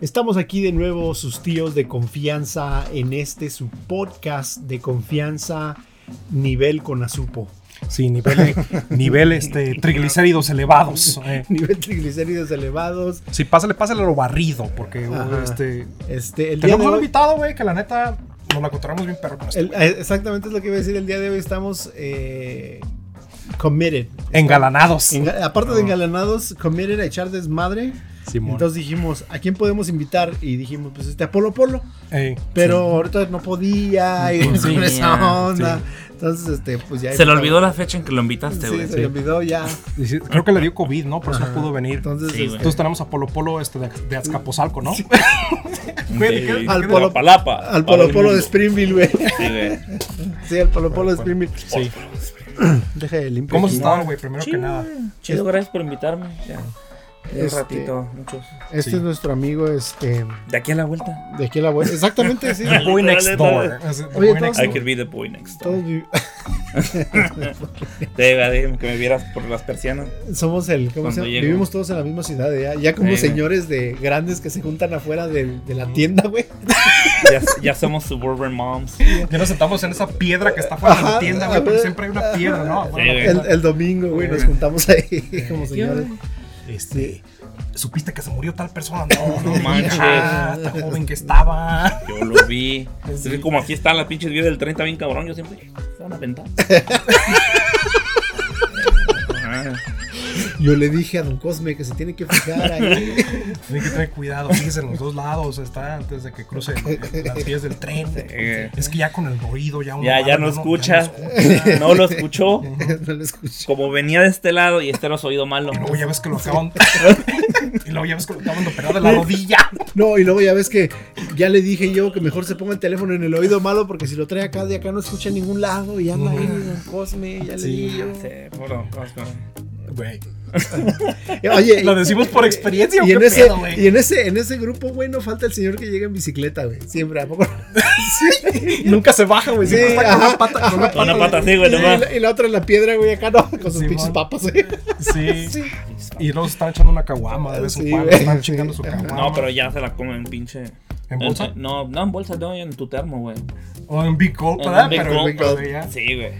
Estamos aquí de nuevo, sus tíos de confianza, en este su podcast de confianza, nivel con Azupo. Sí, nivel, nivel este, triglicéridos elevados. eh. Nivel triglicéridos elevados. Sí, pásale, pásale lo barrido, porque Ajá. este, Este, el día de tenemos un hoy- invitado, güey, que la neta nos la encontramos bien perro. con este el- eh, exactamente es lo que iba a decir. El día de hoy estamos eh, committed. güey. Engalanados. Enga- aparte de Ah. engalanados, committed a echar desmadre. Simón. Entonces dijimos, ¿a quién podemos invitar? Y dijimos, pues este, a Polo Polo. Ey, Pero ahorita no podía y Sí. con esa onda. Sí. Entonces, este, pues ya. Se le olvidó la fecha en que lo invitaste, Sí, güey. se le olvidó ya. sí. Y sí, creo que le dio COVID, ¿no? Por eso no pudo venir. Entonces, Entonces, Sí, güey. este, tenemos a Polo Polo este, de, de Azcapotzalco, ¿no? Güey, ¿de qué- Sí, al de- Polo- Palapa. al Polo Polo de Springfield, güey. Sí, güey. Sí, al Polo Polo de Springfield. Sí. Deja de limpiar. ¿Cómo has aquí. estado, güey? Primero que Chido, nada. Chido, gracias por invitarme. Ya. Ya Este- Un ratito, muchos. Este Sí. es nuestro amigo, este, De aquí a la vuelta. de aquí a la vuelta. Exactamente, sí. The Boy Next Door. Es The Oye, Boy Next I Door. could be the boy next Todos time. vi- Debe, dime que me vieras por las persianas. somos el, ¿cómo se Cuando llama? llego. Vivimos todos en la misma ciudad, ya, ya como Sí, güey. señores de grandes que se juntan afuera de, de la tienda, güey. Ya, ya somos suburban moms. Ya nos sentamos en esa piedra que está fuera de la tienda, güey, porque siempre hay una piedra, ¿no? Afuera de la El, tienda. el domingo, güey, nos juntamos ahí como señores. Este, supiste que se murió tal persona. No, No manches. Ah, tan joven que estaba. Yo lo vi. Sí. Es como aquí están las pinches vías del 30 bien cabrón. Yo siempre se van a aventar. Ajá. Yo le dije a Don Cosme que se tiene que fijar ahí. Tienen que tener cuidado, fíjense en los dos lados, está antes de que cruce el- las vías del tren. Sí. Es que ya con el ruido, ya uno Eh, Ya, va, ya no uno- escucha. Ah, no escucha. No lo escuchó. no lo escuché. Como venía de este lado y este era su oído malo. Y luego ya ves que lo acaban. y luego ya ves que lo acaban de operar de la rodilla. No, y luego ya ves que ya le dije yo que mejor se ponga el teléfono en el oído malo porque si lo trae acá de acá no escucha en ningún lado y anda ahí Don Cosme, ya le Sí. dije yo. Sí, puro, asco. Güey. Eh, Oye, Lo decimos por experiencia, y en, ¿qué ese, pedo, güey? y en ese en ese grupo, güey, no falta el señor que llega en bicicleta, güey. Siempre, ¿a poco? sí. Nunca se baja, güey. Sí, siempre está con ajá, una pata, con una ajá. pata. Una pata así, güey, Y- nomás. Y, la- y la otra en la piedra, güey, acá no, con sus Simón. pinches papas, güey. Sí. Y luego se están echando una caguama de vez Sí, en cuando. güey, Están sí. chingando su caguama. No, pero ya se la comen pinche. ¿En bolsa? No, no en bolsa, no, en tu termo, güey. O en Big Cold, En ¿verdad? Big Pero, Cold. pero de ya. Sí, güey.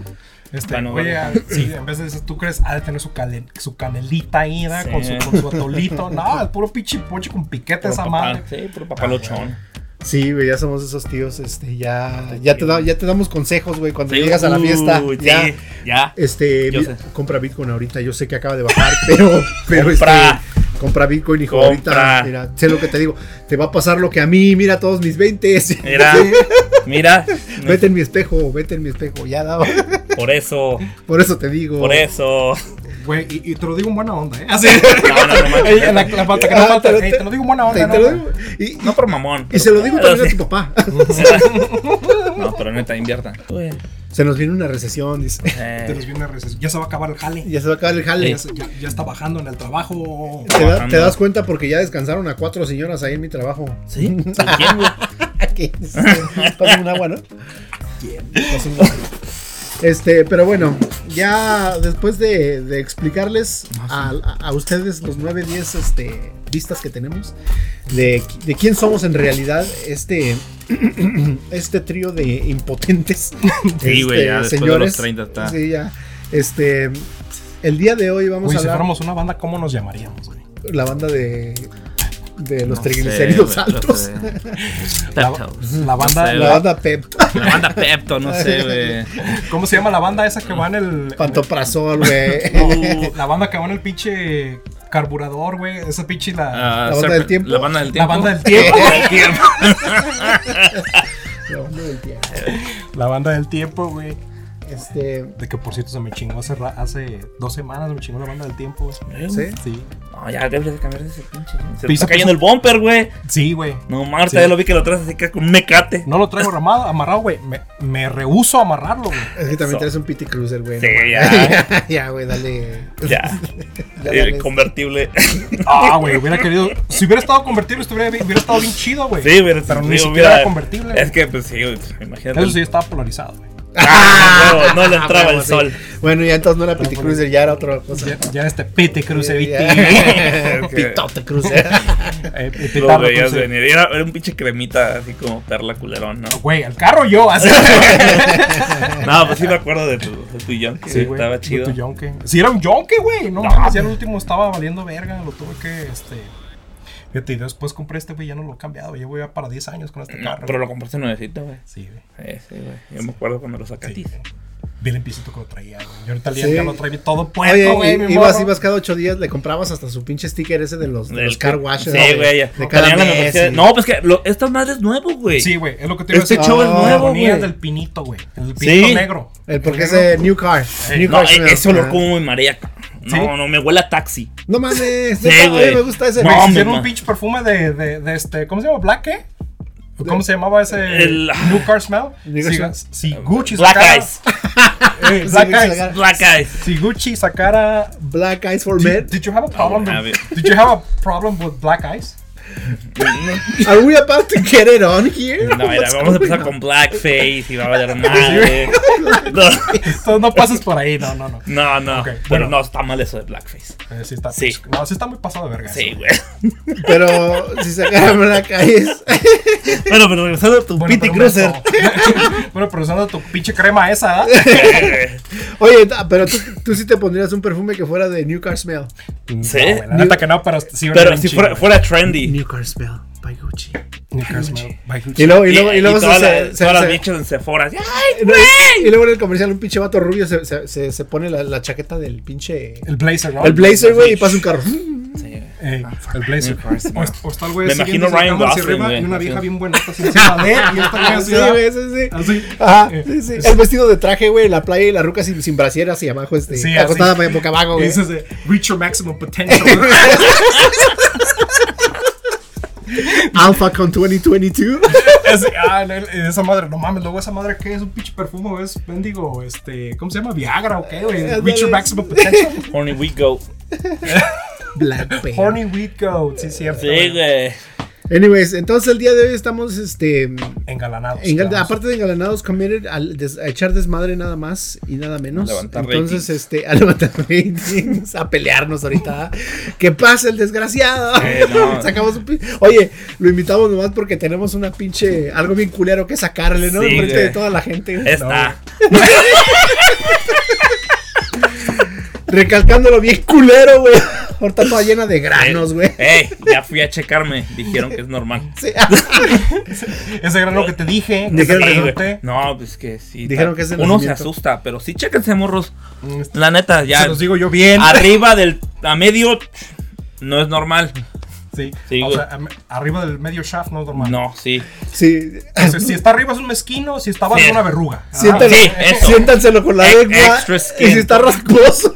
Este, Bueno, oye, vale. ah, sí, en vez de eso, ¿tú crees? Ha de tener su, calen- su canelita ahí, ¿verdad? Sí. Con, su, con su atolito. No, el puro pinche poche con piquete Puro esa papá- madre. Sí, puro papalochón. Sí, güey, ya somos esos tíos, este, ya, ya, te, da- ya te damos consejos, güey, cuando llegas a la Uh, fiesta. sí, ya, ya. este, Yo vi- sé. compra Bitcoin ahorita, yo sé que acaba de bajar, pero, pero este, Compra. compra Bitcoin, hijo, Compra. ahorita, mira, sé lo que te digo, te va a pasar lo que a mí, mira todos mis 20, Mira, mira. vete en mi espejo, vete en mi espejo, ya daba, Por eso, por eso te digo. por eso. Güey, y, y te lo digo en buena onda, ¿eh? Así. No, no, no, manches. Ey, en la, la falta que no Ah, falta. pero Ey, te- te lo digo en buena Te- onda, te ¿no? lo digo, y, y- No por mamón. y se lo digo pero también a tu sí. papá, No, pero neta, inviertan. se nos viene una recesión, dice, Te los Eh, viene a reces- Ya se va a acabar el jale. ya se va a acabar el jale. Ya, se- ya- ya está bajando en el trabajo. Te, da- Trabajando. te das cuenta porque ya descansaron a cuatro señoras ahí en mi trabajo. ¿Sí? ¿Con quién, güey? Aquí. Pásame un agua, ¿no? Pásame un agua. Este, pero bueno, ya después de, de explicarles Ah, a, a- a ustedes los 9, 10 este, vistas que tenemos de, de quién somos en realidad, este, este trío de impotentes Sí, güey, este, ya después de los 30 está. Sí, ya. Este, el día de hoy vamos Güey, a si hablar fuéramos una banda, ¿cómo nos llamaríamos, güey? la banda de, de los No sé, triglicéridos güey, no altos. sé. La, Peptos. la banda. sé, La banda Pep, La banda Pepto, no sé, güey. ¿Cómo se llama la banda esa que va en el. Pantoprazol, güey. Uh, La banda que va en el pinche carburador, güey. Esa pinche la. ah, La banda Serpent- del tiempo. La banda del la tiempo. banda del tiempo. La banda del tía. la banda del tiempo, güey. Este. De que por cierto se me chingó hace, ra- hace dos semanas, me chingó la banda del tiempo, güey. ¿Sí? Sí. No, ya debes de cambiar de ese pinche. ¿no? Piso- Se te está cayendo el bumper, güey. Sí, güey. No, Marta, Sí. ya lo vi que lo traes así que con un mecate. No lo traigo armado, amarrado, güey. Me, me rehuso a amarrarlo, güey. Es que también Eso. traes un PT Cruiser, güey. Sí, no mames. ya. ya, güey, dale. Ya. Ya Eh, dale. convertible. Ah, güey, hubiera querido. Si hubiera estado convertible, estuviera, bien- hubiera estado bien chido, güey. Sí, pero, Pero sí, ni siquiera hubiera- era convertible, güey. Es que, pues sí, güey, imagínate. Eso sí estaba polarizado, güey. Ah, no, no le entraba huevo, el sí. sol. Bueno, ya entonces no era Pity Cruiser, ya era otra cosa. Ya, ya este pete cruce Ya- Pitote Cruiser. Eh, Lo veías venir. Era, era un pinche cremita así como perla culerón, ¿no? Güey, al carro yo. Así. No, pues sí me acuerdo de tu, de tu yonke, Sí, güey. estaba de chido. tu yonke. Sí, era un yonke, güey. No, mames, ya el último estaba valiendo verga. Lo tuve que, este. Fíjate, y después compré este, güey. Ya no lo he cambiado. Ya voy a para 10 años con este No, carro. pero lo compraste nuevecito, güey. Sí, güey. Sí, sí, güey. Yo me acuerdo cuando lo sacaste. Sí, güey. Vi el empiecito que lo traía, güey. Yo ahorita Sí. ya lo traía todo Oye, puesto, güey. i- mi ibas, morro. ibas cada ocho días, le comprabas hasta su pinche sticker ese de los, de los car washes. Sí, ¿no? güey. ya. De cada Tenían la mes, membresía de- y- No, pues que lo- esta madre es nuevo, güey. Sí, güey. Es lo que te iba a Este decir. show es Ah, nuevo, güey. Ponías del pinito, güey. El pinito Sí. negro. El porque es de New Car. New No, Car eh, Smell. ese olor Ah. como me marea. No, ¿Sí? no, me huele a taxi. No mames. Sí, no, a mí güey. me gusta ese. No, Güey, hombre, hicieron ma. un pinche perfume de, de, de este. ¿Cómo se llama? ¿Black qué? ¿Cómo se llamaba ese? El- Ah, New Car Smell. New Car Si, Smell. si Gucci Black sacara- Eyes. Eh, Sí, Black Gucci Eyes. sacara- Black Eyes. Si Gucci sacara. Black Eyes for Men. Did, did you have a problem? don't have with- it. Did you have a problem with Black Eyes? Are we about to get it on here? No, mira, What's vamos a empezar going con blackface y va a valer madre. No, Entonces no pases por ahí, no, no, no. no, no. Ok, pero bueno. no, está mal eso de blackface. Eh, sí está, Sí. No, sí está muy pasado de verga. Sí, eso. güey. on? Pero si sacaran Black Eyes. Bueno, pero regresando a tu Bueno, Pity pero Cruiser. bueno, bueno, pero usando tu pinche crema esa, ¿ah? Oye, ta- pero tú, tú sí te pondrías un perfume que fuera de New Car Smell. Sí. No, güey, la neta que no, pero sí. Pero bien si chido, fuera, güey. fuera trendy. Car Smell by Gucci. New Car Smell by Gucci. Y luego, y luego, y luego se- todas se- las- se- todas las se- bichas en Sephora. así, ¡Ay, No, güey! y luego en el comercial un pinche vato rubio se, se, se, se pone la, la chaqueta del pinche... El blazer, ¿no? El blazer, güey, y pasa un carro. Ey, el blazer. New Car Smell. O, est- o está el güey Me así imagino viéndose la Ryan cámara hacia Gosling, arriba güey, Y una así. vieja bien buena está así encima de él. Y esta güey así. Sí, güey, sí, sí. Así. Ajá, Eh, sí, sí. El vestido de traje, güey, la playa y la ruca sin, sin brasier hacia abajo, este. Sí, acostada así. boca abajo, Y güey. dices de reach your maximum potential. Alpha con 2022. Así, ah, no, esa madre, no mames, luego esa madre que es un pinche perfume, güey, es bendigo, este, ¿cómo se llama? Viagra o qué, güey. Reach your maximum potential. Horny We Go. Black Bear. Horny Wheat Goat, sí, cierto. Sí, güey. Anyways, entonces el día de hoy estamos, este. Engalanados. engal- digamos. aparte de engalanados, committed al des- a echar desmadre nada más y nada menos. A levantar entonces, ratings. este, a levantar ratings, a pelearnos ahorita. que pase el desgraciado. Eh, no. Sacamos un pin- Oye, lo invitamos nomás porque tenemos una pinche. algo bien culero que sacarle, ¿no? Sí, Enfrente güey. de toda la gente. Esta. Recalcándolo bien culero, güey. Ahorita toda llena de granos, güey. Ey, ya fui a checarme. Dijeron que es normal. Sí. Ese gran lo que te dije. que Dijeron te que- Sí, güey. pregunté. No, pues que sí. Dijeron tal. que es de Uno se nacimiento. asusta, pero sí, chéquense, morros. Mm, este, La neta, Se ya. Ah, los digo yo bien. Arriba del. A medio. No es normal. Sí. Sí, o güey. sea, am- arriba del medio shaft no es normal. No, sí. Sí. Entonces, si está arriba es un mezquino, si está abajo Sí. es una verruga. Ajá. Siéntalo, Ah, Sí, eso. siéntanselo con la Ex- lengua. extra Y skin. si está rasposo.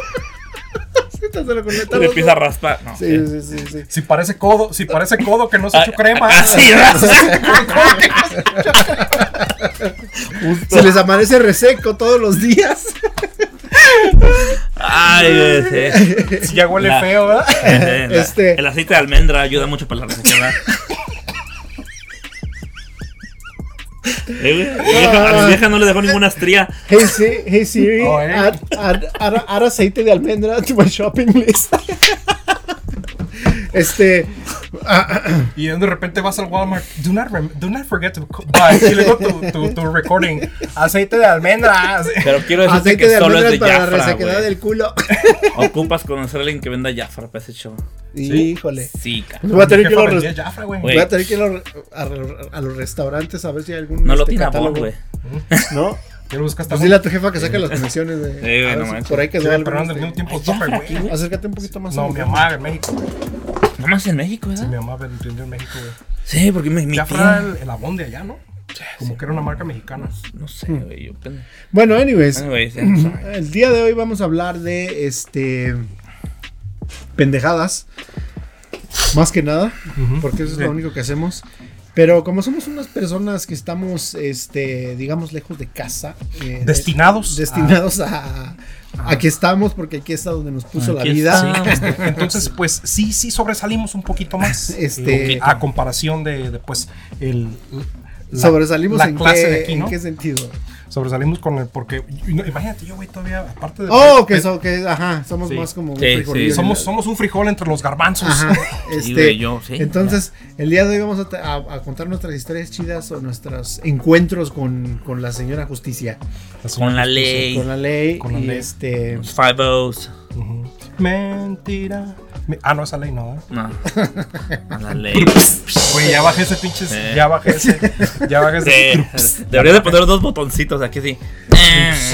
siéntanselo con la Se le lengua. empieza a raspar. No, Ah, Sí, sí, sí, sí. Si parece codo, si parece codo que no se ha hecho crema. ¿eh? Así, Se les amanece reseco todos los días. Ay, güey, sí. Si ya huele La- feo, ¿verdad? Eh, la- Este- El aceite de almendra ayuda mucho para la resequedad. Eh, güey, mi vieja- Ah. a mi vieja no le dejó ninguna estría. Hey, Si- hey Siri, Oh, eh. add, add- add- add aceite de almendra to my shopping list. Este, Y de repente vas al Walmart. Do not, rem- do not forget to co- buy. Y luego tu, tu, tu recording. Aceite de almendra. así. Pero quiero decirte aceite de que solo es almendras de para la Jafra. resequedad güey. del culo. Ocupas conocer a alguien que venda Jafra para ese show. Híjole. Sí, cara. Voy a tener que Jefa lo vendía res- Jafra, güey. Güey. Voy a tener que ir a, a- a los restaurantes a ver si hay algún. No lo este, tiene a catálogo. güey. ¿No? Yo lo busco hasta Pues dile a tu jefa que saque las conexiones de. güey, a ver no si manches. por ahí Sí, quedó algo. pero andan al mismo este. tiempo Tupper, güey. Acércate un poquito más. No, al mi micrófono. mamá en México. güey. Nada más en México, Sí, mi ¿verdad? mamá vendió en México, güey. Sí, porque mi, mi Jafra tía. era el, el abón de allá, ¿no? Como que era una marca mexicana. No pues, sé, Mm. güey. Yo pen- Bueno, anyways. Anyways, ya, sorry. El día de hoy vamos a hablar de este. Pendejadas. Más que nada. Porque eso es lo único que hacemos. Pero como somos unas personas que estamos, este, digamos, lejos de casa. eh, Destinados. a- Destinados a. Aquí estamos porque aquí está donde nos puso la Aquí vida. está. Entonces, pues sí, sí sobresalimos un poquito más. Este- eh, a comparación de, de, pues, el. la- Sobresalimos la en, clase qué, de aquí, en ¿no? qué sentido. Sobresalimos con el porque. y no, imagínate, yo, güey, todavía, aparte de. Oh, que, so- que ajá, somos Sí. más como un Sí, frijolillo. sí. somos, somos un frijol entre los garbanzos. Ajá, Sí, este, güey, yo, sí. Entonces, el día de hoy vamos a, tra- a- a contar nuestras historias chidas o nuestros encuentros con, con la señora justicia, Con la ley. con la ley Con la y ley. este Los Five O's. Ujú. Mentira. Me- ah, no, esa ley no, ¿eh? No. A la ley. Güey, ya bajé ese pinches. Eh. Ya bajé ese. Ya bajé ese. Sí. Deberías de poner dos botoncitos aquí, sí.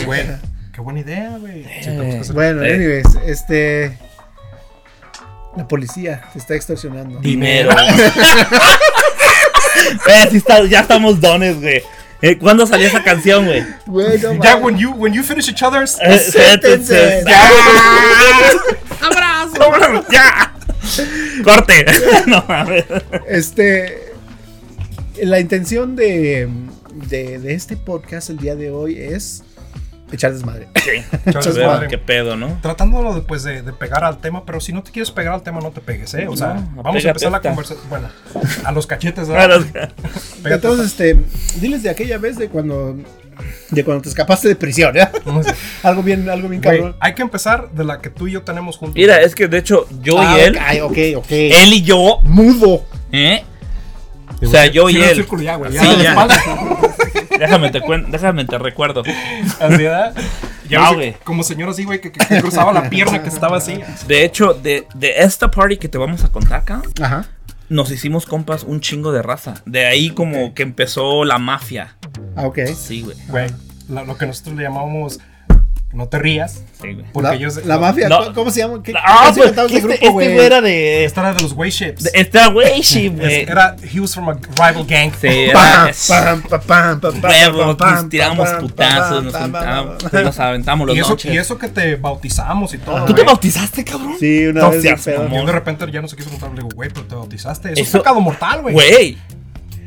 Güey, qué buena idea, güey. Sí, tenemos que hacer- bueno, Eh. anyways, este la policía te está extorsionando. Dinero. Eh, sí está- ya estamos dones, güey. Eh, ¿Cuándo salió esa canción, güey? Güey, no Ya, mames. when you, when you finish each other's. Eh, Séntense. séntense. ¡Abrazo! ¡Ya! ¡Corte! No mames. Este. La intención de, de, de este podcast el día de hoy es echar desmadre. Chale, Chas A ver, madre. ¿Qué pedo, no? Tratándolo de, pues, de, de pegar al tema, pero si no te quieres pegar al tema, no te pegues, ¿eh? O sea, No, vamos a pégate empezar la esta. conversación. Bueno, a los cachetes, ¿verdad? Claro. Pégate Entonces, este, diles de aquella vez de cuando. De cuando te escapaste de prisión, ¿eh? esta. No sé. Algo bien, algo bien Güey, cabrón. hay que empezar de la que tú y yo tenemos juntos. Mira, es que de hecho, yo Ah, y él, ok, ok, ok. él y yo, Mudo. ¿eh? Sí, o sea, güey, yo sí, y en el él. círculo ya, güey. Ya, Sí, de ya. espalda. Déjame te, cuen- déjame te recuerdo. Así, ¿verdad? Ya No, ves, güey. Como señora así, güey, que, que- que cruzaba la pierna, que estaba así. De hecho, de, de esta party que te vamos a contar acá, Ajá. nos hicimos compas un chingo de raza. De ahí como que empezó la mafia. Ah, ok. Sí, güey. Güey, la- lo que nosotros le llamamos no te rías, Sí, güey. porque La, ellos... la mafia, No. ¿cómo- ¿cómo se llama? ¿Qué, Ah, cómo se pues, cantaba que ese este, grupo, este güey? güey era de... Esta era de los way ships. de- Esta güey, sí, güey. Es- Era, he was from a rival gang. Sí, era- Pam, pam, pam, pam, pam, pam, Huevo, pam, pam, nos tiramos pam, pam, putazos, pam, nos, pam, pam, juntamos, pam. nos aventamos los Y eso, noches. y eso que te bautizamos y todo. Ajá. ¿Tú te güey. bautizaste, cabrón? Sí, una No vez. seas bien pedo. mamón. Y de repente ya no se quiso juntar. Le digo, güey, pero te bautizaste. Eso, es Eso- pecado mortal, güey. Güey.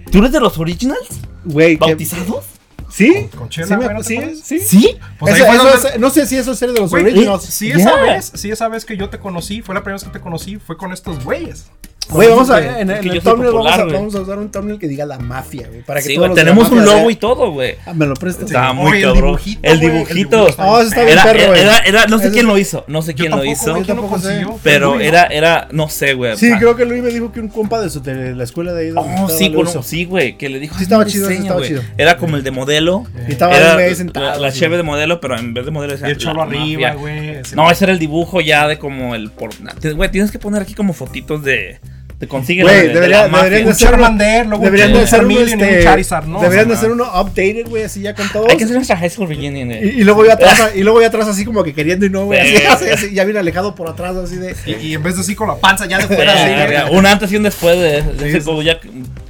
¿Tú eres de los originals? Güey, qué- ¿Bautizados? ¿Sí? Con chela, Sí, me- güey, no te sí, acuerdas. sí. ¿Sí? Pues ahí Eso- fue eso donde- es- no sé si eso es ser de los Güey, originals. Sí, esa Ya. vez, sí, esa vez que yo te conocí, fue la primera vez que te conocí, fue con estos güeyes. Güey, vamos Güey, a. En, en es que el yo soy thumbnail popular, vamos a, güey. vamos a usar un thumbnail que diga la mafia, güey. Para que Sí, todos güey. los de la Tenemos un mafia logo y vean. todo, güey. Ah, me lo prestas. Está Oye, muy el cabrón. dibujito, El güey, el dibujito. dibujito. Oh, eso está bien, Era, perro, era, güey. era, era- no sé Eso- quién lo hizo, no sé Yo quién lo tampoco, hizo, güey, ¿quién lo tampoco sé. consiguió? pero Fue el era, era, no sé, güey. Sí, pa- creo que Luis me dijo que un compa de, su, de la escuela de ahí. donde Oh, estaba sí, lo con- hizo. sí, güey, que le dijo. Sí, estaba "Ay, chido, diseño, estaba güey". chido. Era como el de modelo. Y estaba era el güey la, sentado. la sí. cheve de modelo, pero en vez de modelo decía. güey. Y el cholo la arriba, mafia. güey. así. No, ese era el dibujo ya de como el por. na- te- Güey, tienes que poner aquí como fotitos de. Te consigue Güey, de, de debería- la mafia. deberían un hacer uno- Charmander, luego Deberían un de hacer un, Charmeleon y un este, Charizard, ¿no? Deberían de O sea, hacer uno updated, güey, así ya con todos. Hay que hacer nuestra high school reunion, güey. Y, y luego voy atrás, y luego voy atrás así como que queriendo y no, güey. Así, Sí. así, así, ya bien alejado por atrás, así de. Y, y en vez de así con la panza ya de Era fuera, así, así. güey, un antes y un después de, de Sí, ese sí. juego, ya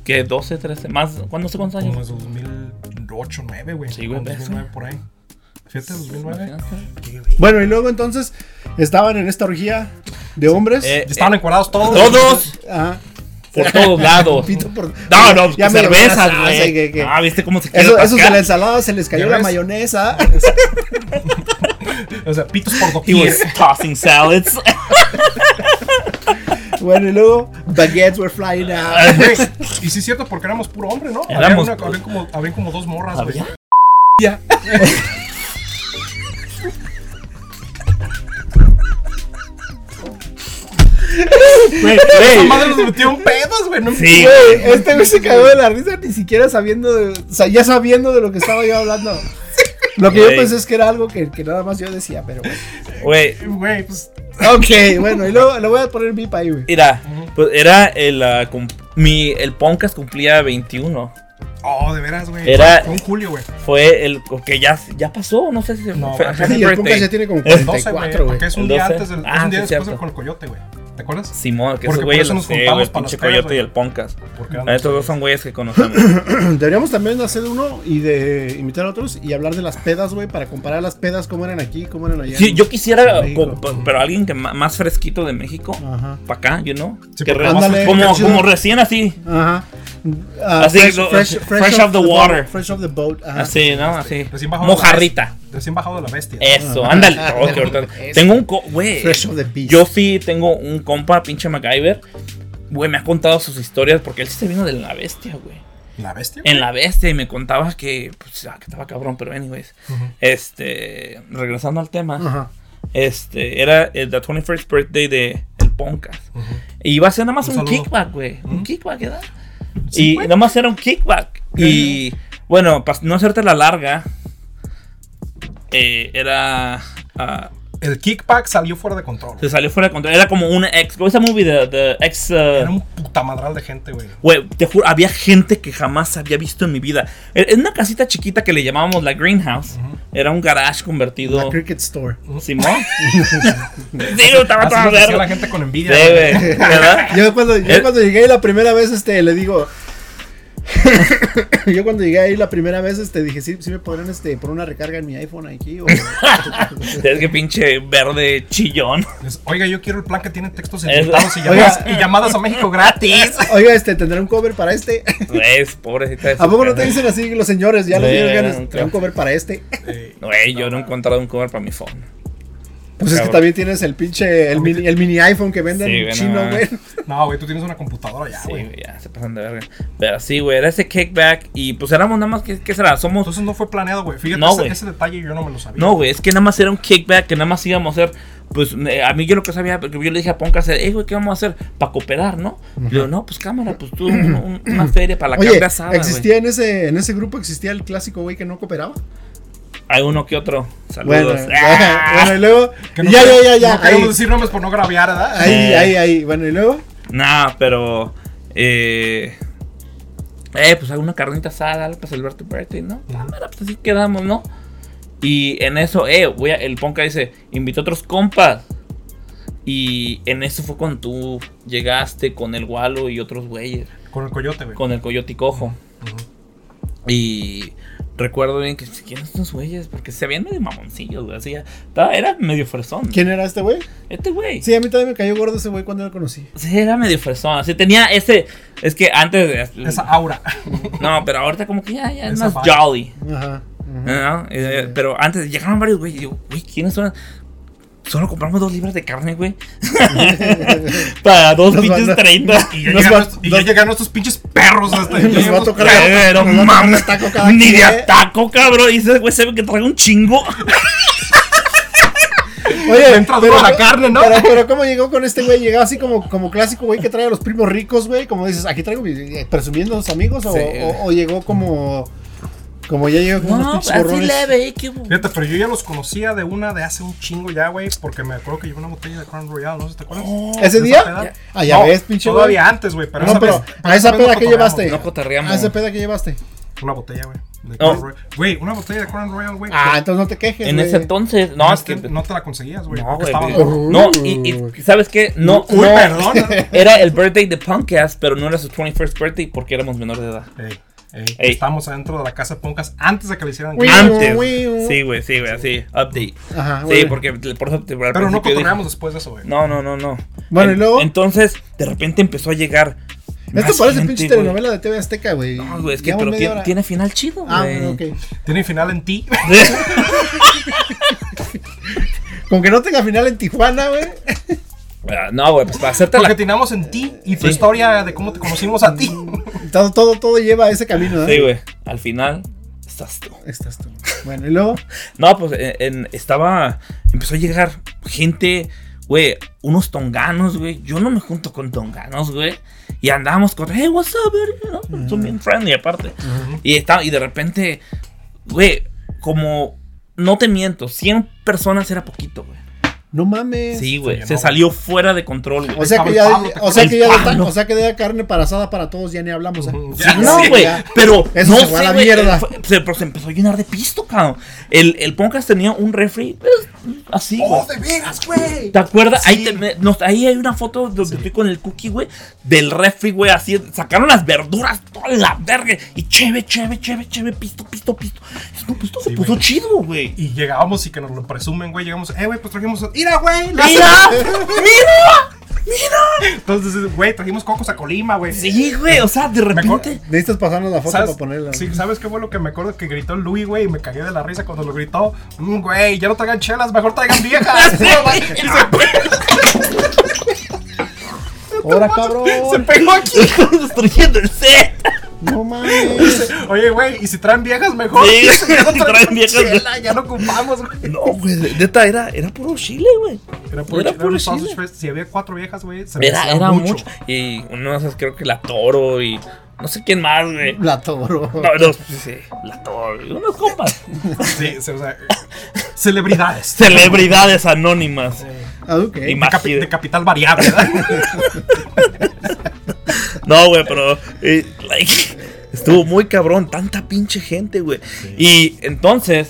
que 12, 13, más, ¿cuándo no sé cuántos Como años? es 2008, 2009, güey. Sí, güey, 2009 por ahí. Fíjate, 2009. Qué güey. Bueno, y luego entonces estaban en esta orgía de hombres. Ah, Eh, Estaban encuadrados todos. Todos, Ajá. por todos lados. Pito por- No, no, Ya me lo cervezas, mandas, ah, sí, que- güey. que- Ah, ¿viste cómo se quiere Eso, esos de atascar? la ensalada se les cayó ¿Ya la ves? mayonesa. O sea, pitos por He doquier. was tossing salads. Bueno, y luego baguettes were flying Ah, out. Güey, y sí es cierto, porque éramos puro hombre, ¿no? Había Éramos una- pu- había como, había como dos morras, güey. ¿Había? Ya. Güey, Esa güey. madre nos metió un pedos, güey. No Sí, Güey, este güey se cagó de la risa ni siquiera sabiendo, de- o sea, ya sabiendo de lo que estaba yo hablando. Lo que yo Güey. pensé es que era algo que, que nada más yo decía, pero bueno. Güey, Güey, pues. Ok, bueno, y luego le voy a poner beep ahí, güey. mira, pues era el, ah, cum- mi, el Poncas cumplía 21. Oh, de veras, güey. Era- Fue un julio, güey. Fue el que ya, ya pasó, no sé si No, fue- ajá, happy Y el Puncas birthday. ya tiene como El 12, 44, güey. güey. Porque es El un día 12. antes del. Ah, es un día sí, después cierto. del con el coyote, güey. ¿Te acuerdas? Simón, que Porque esos por güeyes eso los nos sé, juntamos güey, el para las pinche pedas, coyote y güey. el Poncas. Porque eran- Estos dos son güeyes que conocemos. Deberíamos también hacer uno y de invitar a otros y hablar de las pedas, güey, para comparar las pedas, cómo eran aquí, cómo eran allá. Sí, yo quisiera, En México. po- po- pero alguien que ma- más fresquito de México, Ajá. para acá, you know. Sí, que porque re- además Ándale. como, Chido. como recién así. Ajá. Ah, Así, lo- fresh off the boat, water. fresh off the boat. Ajá. Así, ¿no? Así. Ah, este, Recién bajado de la Mojarrita. Recién bajado de la Ah, bestia. Eso, ándale. Oh, que ahorita- Tengo un. co- Güey. Fresh off the beach. Yo sí tengo un compa, pinche MacGyver. Güey, me ha contado sus historias porque él sí se vino de la bestia, güey. La bestia. en La Bestia y me contaba que, pues, ah, que estaba cabrón, pero anyways. Ujú. Este, regresando al tema, Ajá. este, era el the 21st birthday de el Poncas. Ujú. Y iba a ser nada más Un un, saludo. kickback, güey. Un Ujú. kickback, ¿verdad? Sí, y güey. nada más era un kickback. Y bueno, para no hacerte la larga, eh, era. ah, El kickback salió fuera de control. se salió fuera de control. Era como una ex. Esa movie de, de ex. ah, Era un putamadral de gente, güey. Güey, te juro, había gente que jamás había visto en mi vida. Era era una casita chiquita que le llamábamos la Greenhouse. Ujú. Era un garage La convertido. Cricket Store. Simón. Ah, sí, no, estaba Así toda nos decía la verde. gente con Sí, envidia. güey. güey, ¿verdad? Yo cuando, yo Eh. cuando llegué la primera vez, este, le digo. yo cuando llegué ahí la primera vez, este, dije, sí, sí me podrían, este, por una recarga en mi iPhone aquí. O... Es que pinche verde chillón. Es, Oiga, yo quiero el plan que tiene textos Es- encriptados y, Oiga. llamadas- y llamadas a México gratis. Oiga, este, ¿tendrá un cover para este? Pues, pobrecita. de su ¿A poco no casa. te dicen así los señores? Ya los Sí, señores ganas, claro. ¿tendrá un cover para este? Eh, Güey, yo no he encontrado un cover para mi phone. Pues es que Cabrón. también tienes el pinche, el mini, el mini iPhone que venden Sí, güey, chino, no güey. mames. no, güey, tú tienes una computadora Ah, ya, Sí, güey. güey, ya se pasan de verga. Pero sí, güey, era ese kickback. Y pues éramos nada más, ¿qué, qué será? Somos. Entonces no fue planeado, güey. Fíjate, No, ese, güey. ese detalle yo no me lo sabía. No, güey, es que nada más era un kickback, que nada más íbamos a hacer. Pues me- a mí yo lo que sabía, porque yo le dije a Ponca, hey, güey, ¿qué vamos a hacer? Para cooperar, ¿no? Y yo, no, pues cámara, pues tú, un- un- una feria para la Oye, carne asada. güey". ¿existía en ese, en ese grupo, existía el clásico güey que no cooperaba? Hay uno que otro. Bueno, Saludos. ¡Ah! bueno, y luego, Que no ya, quiero- ya, ya, ya, No ahí, queremos decir nombres por no graviar, ¿verdad? ahí, Eh. ahí, ahí, bueno, y luego, Nah, pero. Eh, eh, pues alguna carnita asada, algo para celebrar tu birthday, ¿no? Ah, mira, pues así quedamos, ¿no? Y en eso, eh, voy a, el Ponca dice: invitó a otros compas. Y en eso fue cuando tú llegaste con el Gualo y otros güeyes, Con el coyote, güey. con el Coyote y Cojo. Y recuerdo bien que, ¿quiénes son estos güeyes? Porque se veían medio mamoncillos, güey. Así, estaba- era medio fresón. ¿quién era este güey? Este güey. Sí, a mí también me cayó gordo ese güey cuando lo conocí. Sí, Era medio fresón, así tenía ese, es que antes de, Esa aura. No, pero ahorita como que ya, ya es Esa más vibe. jolly. Ajá. ajá. ¿no? Eh, Sí. Pero antes llegaron varios, güey. Y digo, güey, ¿quiénes son? Solo compramos dos libras de carne, güey. Para dos Nos pinches van a- 30. Y ya, Nos llegaron, va- estos- y ya nos- llegaron estos pinches perros. Este, Nos va a tocar Pero nos van a mames, dar un taco cada ni de quien. ataco, cabrón. Y ese güey se ve que trae un chingo. Eh, Oye, Entra duro la carne, ¿no? Pero, pero ¿cómo llegó con este güey? Llegaba así como, como clásico, güey, que trae a los primos ricos, güey. Como dices, aquí traigo mis, eh, presumiendo a los amigos. O, Sí. o- o llegó como. Como ya llegó con unos No, pinches así gorrones. leve, eh, qué bu- Fíjate, pero yo ya los conocía de una de hace un chingo ya, güey. Porque me acuerdo que llevé una botella de Crown Royal, ¿no? ¿Sí ¿Te acuerdas? Oh, ¿Ese ¿De día? esa peda? Ah, ya No, ves, pinche güey. Todavía antes, güey. Pero No, esa pero vez- a esa vez no peda que cotorreamos. llevaste. No cotorreamos. A esa peda que llevaste. Una botella, güey. de No. Crown Royal. Güey, una botella de Crown Royal, güey. Ah, entonces no te quejes. En güey. ese entonces, no, es que que. no te la conseguías, güey. No, porque güey. este estaba pero- gordo. No, y, y ¿sabes qué? No, Uy, no. perdón. Era el birthday de Punkcast, pero no era su 21st birthday porque éramos menores de edad. Ey, ey, Ey. Estamos adentro de la casa de Poncas antes de que le hicieran. Uy. Ah, Antes. Uiu. Sí, güey, sí, güey, así. Update. Ajá, Sí, bueno. porque por eso te- Pero al no principio dije- cotorreamos después de eso, güey. No, no, no, no. Bueno, En- ¿y luego? Entonces, de repente empezó a llegar. Esto más parece gente, pinche güey. telenovela de TV Azteca, güey. No, güey, es que Llevamos pero media tiene, hora. tiene final chido, güey. Ah, bueno, ok. Tiene final en ti. Con que no tenga final en Tijuana, güey. Ah, No, güey, pues para hacerte Porque la. tiramos en ti y tu Sí. Mm. historia de cómo te conocimos a ti. Todo, todo, todo lleva a ese camino, ¿eh? Sí, güey. Al final, estás tú. Estás tú. Bueno, y luego. No, pues en- en- estaba. Empezó a llegar gente, güey, unos tonganos, güey. Yo no me junto con tonganos, güey. Y andábamos con, hey, what's up, verga", ¿no? Ah. Son bien friendly, aparte. y, estaba, y de repente, güey, como. No te miento, 100 personas era poquito, güey. No mames. Sí, güey. llenó, Se güey. salió fuera de control, güey. O sea que ya, Estaba el Pablo, o sea que ya, el de ta- Pablo. o sea que de carne para asada para todos ya ni hablamos. ¿eh? Ujú. Sí, Ya, No, sí, güey, ya. pero Eso no se fue a sé, la güey, mierda. fue- se, pero se empezó a llenar de pisto, cabrón. El, el Poncas tenía un refri pues, así, güey. ¡Oh, de veras, güey! ¿Te acuerdas? Sí. Ahí, te me- nos- ahí hay una foto donde estoy con el cookie, güey. Del refri, güey. Así sacaron las verduras, toda la verga. Y cheve, cheve, cheve, cheve, pisto, pisto, pisto. Y no, pues esto se Sí, puso güey. chido, güey. Y llegábamos y que nos lo presumen, güey. Llegamos, eh, güey, pues trajimos. ¡Mira, güey! la- ¡Mira! ¡Mira! ¡Mira! Entonces, güey, trajimos cocos a Colima, güey. Sí, güey. O sea, de repente. Necesitas pasarnos la foto ¿Sabes? para ponerla. Sí, ¿sabes qué fue lo que me acuerdo? Que gritó Luis, güey, y me cagué de la risa cuando lo gritó. "Mm, Güey, ya no traigan chelas, mejor traigan Ah, viejas. Y se, Ahora, se cabrón. pegó aquí. Destruyendo el set. No mames. Oye, güey, y si traen viejas mejor. Sí, Ya no si traen viejas. chela, ya no ocupamos, güey. No, güey, de- neta, era, era puro chile, güey. Era puro, Era era puro un sausage chile. fest. Si había cuatro viejas, güey, se me Era, hacía era mucho. Y uno de esos creo que la toro y no sé quién más, güey. La toro. No, no, sí, la toro, y unos compas. Sí, se- o sea, eh, celebridades. Celebridades anónimas. Ah, ok. Y De, más capi- chido. de capital variable, ¿verdad? No, güey, pero eh, like, estuvo muy cabrón, tanta pinche gente, güey. Y entonces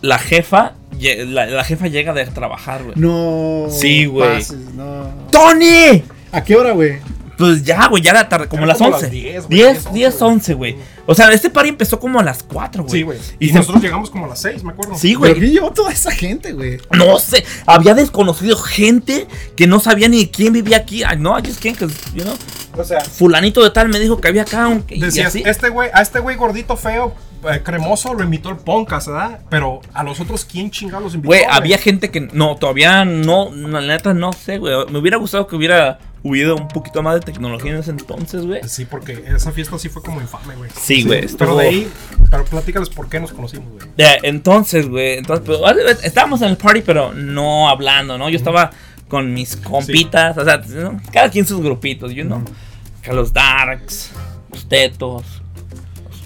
la jefa, lle- la, la jefa llega de trabajar, güey. No. Sí, güey. pases, no. Tony, ¿A qué hora, güey? pues ya, güey, ya la tarde, como Era las como 11. las 10, 10, güey, 10, 10, 11, güey. O sea, este party empezó como a las 4, güey. Sí, güey. Y Y se- nosotros llegamos como a las seis, me acuerdo. Sí, ¿Pero güey. quién llevó toda esa gente, güey? No sé, había desconocido gente que no sabía ni quién vivía aquí. Ay, no, just can't, 'cause, you know, O sea, fulanito de tal me dijo que había acá un y decías, así. este güey, a este güey gordito, feo, eh, cremoso, lo invitó el Poncas, ¿verdad? Pero a los otros, ¿quién chingados los invitó? Güey, había gente que no, todavía no, la neta no sé, güey. Me hubiera gustado que hubiera huido un poquito más de tecnología en ese entonces, güey. Sí, porque esa fiesta sí fue como infame, güey. Sí, güey, estuvo- Pero de ahí, pero platícales por qué nos conocimos, güey. Ya, Entonces, güey, entonces, pues, ah, estábamos en el party, pero no hablando, ¿no? Yo estaba con mis compitas, o sea, ¿no? cada quien sus grupitos, yo no. Que los darks, los tetos,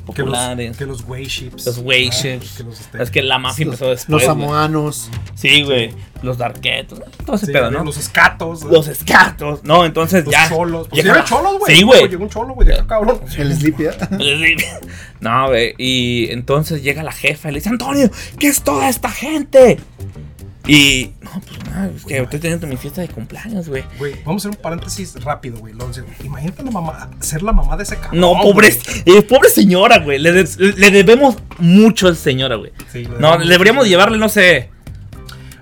los Que los, populares, que los way ships. los way ah, ships. Que los este, Es que la mafia Los, Ah, empezó después. los güey. samoanos. Sí, güey, los darketos, ¿no? todo ese sí, pedo, ¿no? Los escatos. Los escatos, no, entonces los ya. cholos. Pues llega- llegó cholos, güey. Sí, güey. Pues Llegó un cholo, güey, de acá, cabrón. El Sleepy. ¿eh? No, güey. Y entonces llega la jefa y le dice, Antonio, ¿qué es toda esta gente? Y. No, pues nada, es que estoy teniendo mi fiesta de cumpleaños, güey. Güey, vamos a hacer un paréntesis rápido, güey. Lo- Imagínate la mamá, ser la mamá de ese cabrón. No, pobre, güey. eh, pobre señora, güey. Le, de- le debemos mucho a esa señora, güey. Sí, le No, debemos- deberíamos llevarle, no sé,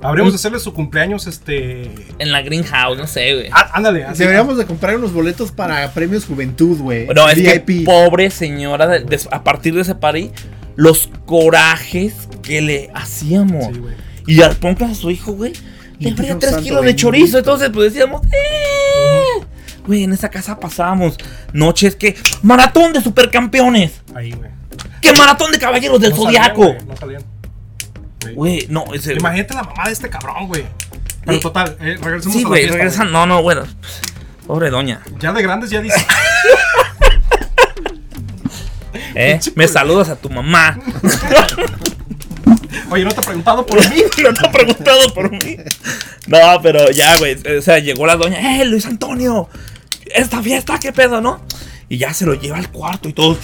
Habríamos de hacerle su cumpleaños, este. en la greenhouse, no sé, güey. á- Ándale, así. Deberíamos de comprar unos boletos para premios juventud, güey. No, es que VIP. pobre señora, de- de- a partir de ese party, los corajes que le hacíamos. Sí, güey. Y al Poncas a su hijo, güey, le Dios abría santo, 3 kilos de bendito. chorizo. Entonces, pues decíamos, ¡eh! Güey, en esa casa pasábamos noches que. ¡Maratón de supercampeones! Ahí, güey. ¡Que maratón de caballeros del No salían, zodiaco! güey, No salían. Güey. Güey, no, ese. Imagínate la mamá de este cabrón, güey. Pero Sí. total, eh, regresemos Sí, a la güey, fiesta, regresa. No, no, bueno. pues, Pobre doña. güey. Ya de grandes ya dice. ¿eh? Me saludas a tu mamá. Oye, no te he preguntado por mí. no te ha preguntado por mí. No, pero ya, güey. O sea, llegó la doña, ¡eh, Luis Antonio! Esta fiesta, qué pedo, ¿no? Y ya se lo lleva al cuarto y todo.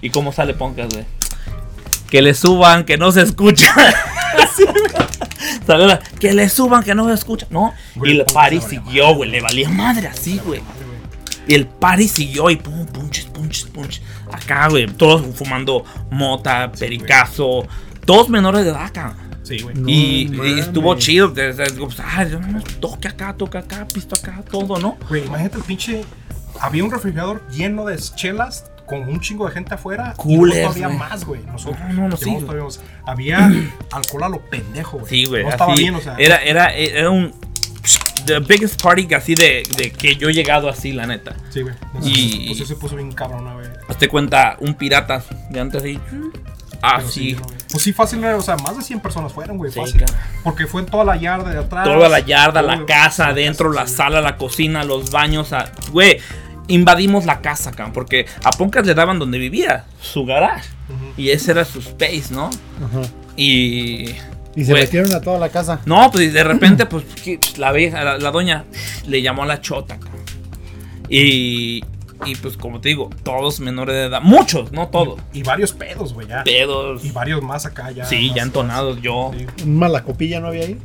¿Y cómo sale Poncas, güey? Que le suban, que no se escucha. Así, güey. Sale la- que le suban, que no se escucha. No. Güey, y el Poncas party le valía siguió, güey. Le valía madre así, güey. Y el party siguió y pum, punches, punches, punches. Acá, güey, todos fumando mota, pericazo, todos menores de edad, acá. Sí, güey. No y, y mames. estuvo chido. desde- desde- pues, ay, no mames, toque acá, toque acá, pisto acá, todo, ¿no? Güey, imagínate el pinche. Había un refrigerador lleno de chelas con un chingo de gente afuera. y Coolers, luego todavía güey. más, güey. Nosotros. Ah, No, no, no, sí, llevamos güey. todavía más. Había alcohol a lo pendejo, güey. Sí, güey. No estaba así, bien, o sea. Era, era, era un. The biggest party que así de, de que yo he llegado así, la neta. Sí, güey. Y- Y... Pues eso se puso bien cabrona, güey. Hazte cuenta, un pirata de antes de. Ah, Pero Así. güey. Pues sí, fácil, güey, o sea, más de 100 personas fueron, güey, Sí, fácil. cabrón. Porque fue en toda la yarda de atrás. Toda la yarda, la Todo- casa, adentro, la sala, la cocina, los baños. a- Güey, invadimos la casa, cabrón. Porque a Poncas le daban donde vivía, su garage. Ujú. Y ese era su space, ¿no? Ajá. Y. Y se Güey. metieron a toda la casa. No, pues y de repente, pues que la vieja, la, la doña, le llamó a la chota, cabrón. Y. Y pues, como te digo, todos menores de edad. Muchos, no todos. Y varios pedos, güey, ya. Pedos. Y varios más acá, ya. Sí, más- ya entonados, yo. Sí. Un malacopilla no había ahí.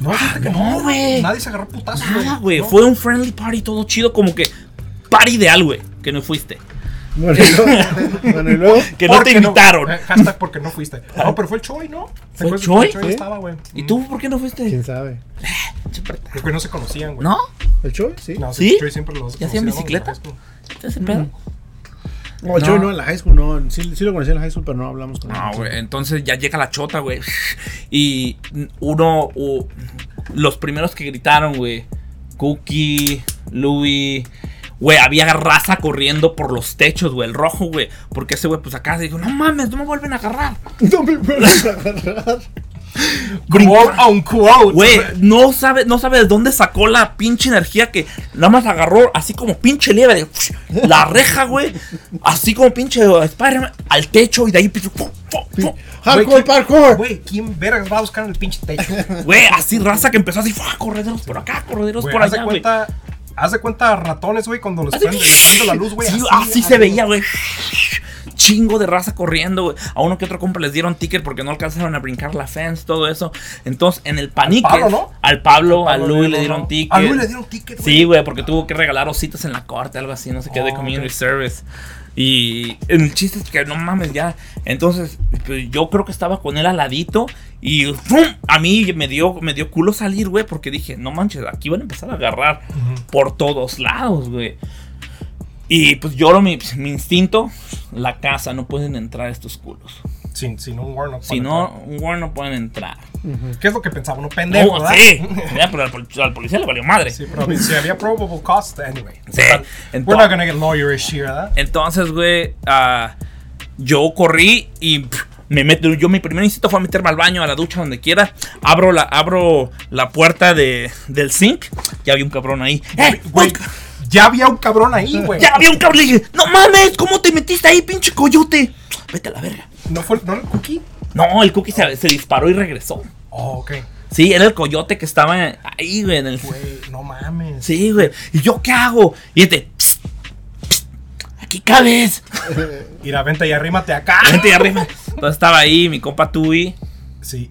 No, fíjate que Ah, no, güey. Nadie se agarró putazos, Nada, güey. No. Fue un friendly party todo chido, como que. Party ideal, güey. Que no fuiste. Bueno, y luego. bueno, y luego. Que no ¿Por te qué invitaron. Eh, hashtag porque no fuiste. No, pero fue el Choi, ¿no? ¿Fue el que Choi? Choi ¿Sí? estaba, güey. ¿Y tú por qué no fuiste? ¿Quién sabe? Porque no se conocían, güey. ¿No, ¿El Choy? Sí. No, No, sí, ¿Sí? Choi siempre los ¿Ya hacían conocieron, bicicleta? güey, ese pedo. el Choy Mm. No. no, en la high school no. Sí, sí lo conocí en la high school, pero no hablamos con él. No, güey. Entonces ya llega la chota, güey. Y uno. u- los primeros que gritaron, güey. Cookie, Louis. Güey, había raza corriendo por los techos, güey, el rojo, güey. Porque ese güey, pues acá se dijo, no mames, no me vuelven a agarrar. No me vuelves a agarrar. Quote on quote. Güey, no sabe, no sabe de dónde sacó la pinche energía que nada más agarró así como pinche liebre. de, ¡fush! La reja, güey. Así como pinche Spider-Man al techo y de ahí pinche. ¡fu, fu, fu! Hardcore, parkour. Güey, ¿quién vergas va a buscar en el pinche techo? Güey, así raza que empezó así, ¡fua! correderos por acá, correderos Güey, por haz de allá, güey. cuenta, haz de cuenta ratones, güey, cuando los Así- prenden, prende la luz, güey. Sí, así se veía, güey. Chingo de raza corriendo, güey. A uno que otro compa les dieron ticket porque no alcanzaron a brincar la fence, todo eso. Entonces, en el panique. Pablo, ¿no? Al Pablo, a Pablo Luis le Lelo, dieron ¿no? ticket. A Luis le dieron ticket, güey. Sí, güey, porque tuvo que regalar ositas en la corte, algo así, no sé qué, de Oh, community service. Y el chiste es que no mames, ya. Entonces, pues, yo creo que estaba con él al ladito y ¡fum! A mí me dio, me dio culo salir, güey, porque dije, no manches, aquí van a empezar a agarrar Ujú. por todos lados, güey. Y pues lloro mi, mi instinto, la casa, no pueden entrar estos culos. Sin, sin un warn up Si no, un guard no pueden entrar. ¿Qué es lo que pensaba? Uno pendejo, No, ¿verdad? sí. Ya, pero al, pol- al policía le valió madre. Sí, pero si había probable cost, anyway. Sí, We're not entonces- gonna get lawyerish here, ¿verdad? Entonces, güey, ah, yo corrí y pf, me meto. Yo mi primer instinto fue meterme al baño, a la ducha, donde quiera. Abro la, abro la puerta de, del zinc. Ya había un cabrón ahí. ¡Eh, Güey, güey! ya había un cabrón ahí, güey. Ya había un cabrón. Le dije, no mames, ¿cómo te metiste ahí, pinche coyote? Vete a la verga. ¿No fue no era el cookie? No, el cookie se, se disparó y regresó. Oh, ok. Sí, era el coyote que estaba ahí, güey, en el. Güey, no mames. Sí, güey. ¿Y yo qué hago? Y este. "Psst, psst, Aquí cabes. Ir a vente y arrímate acá. Vente y arriba. Entonces estaba ahí mi compa Tui Sí,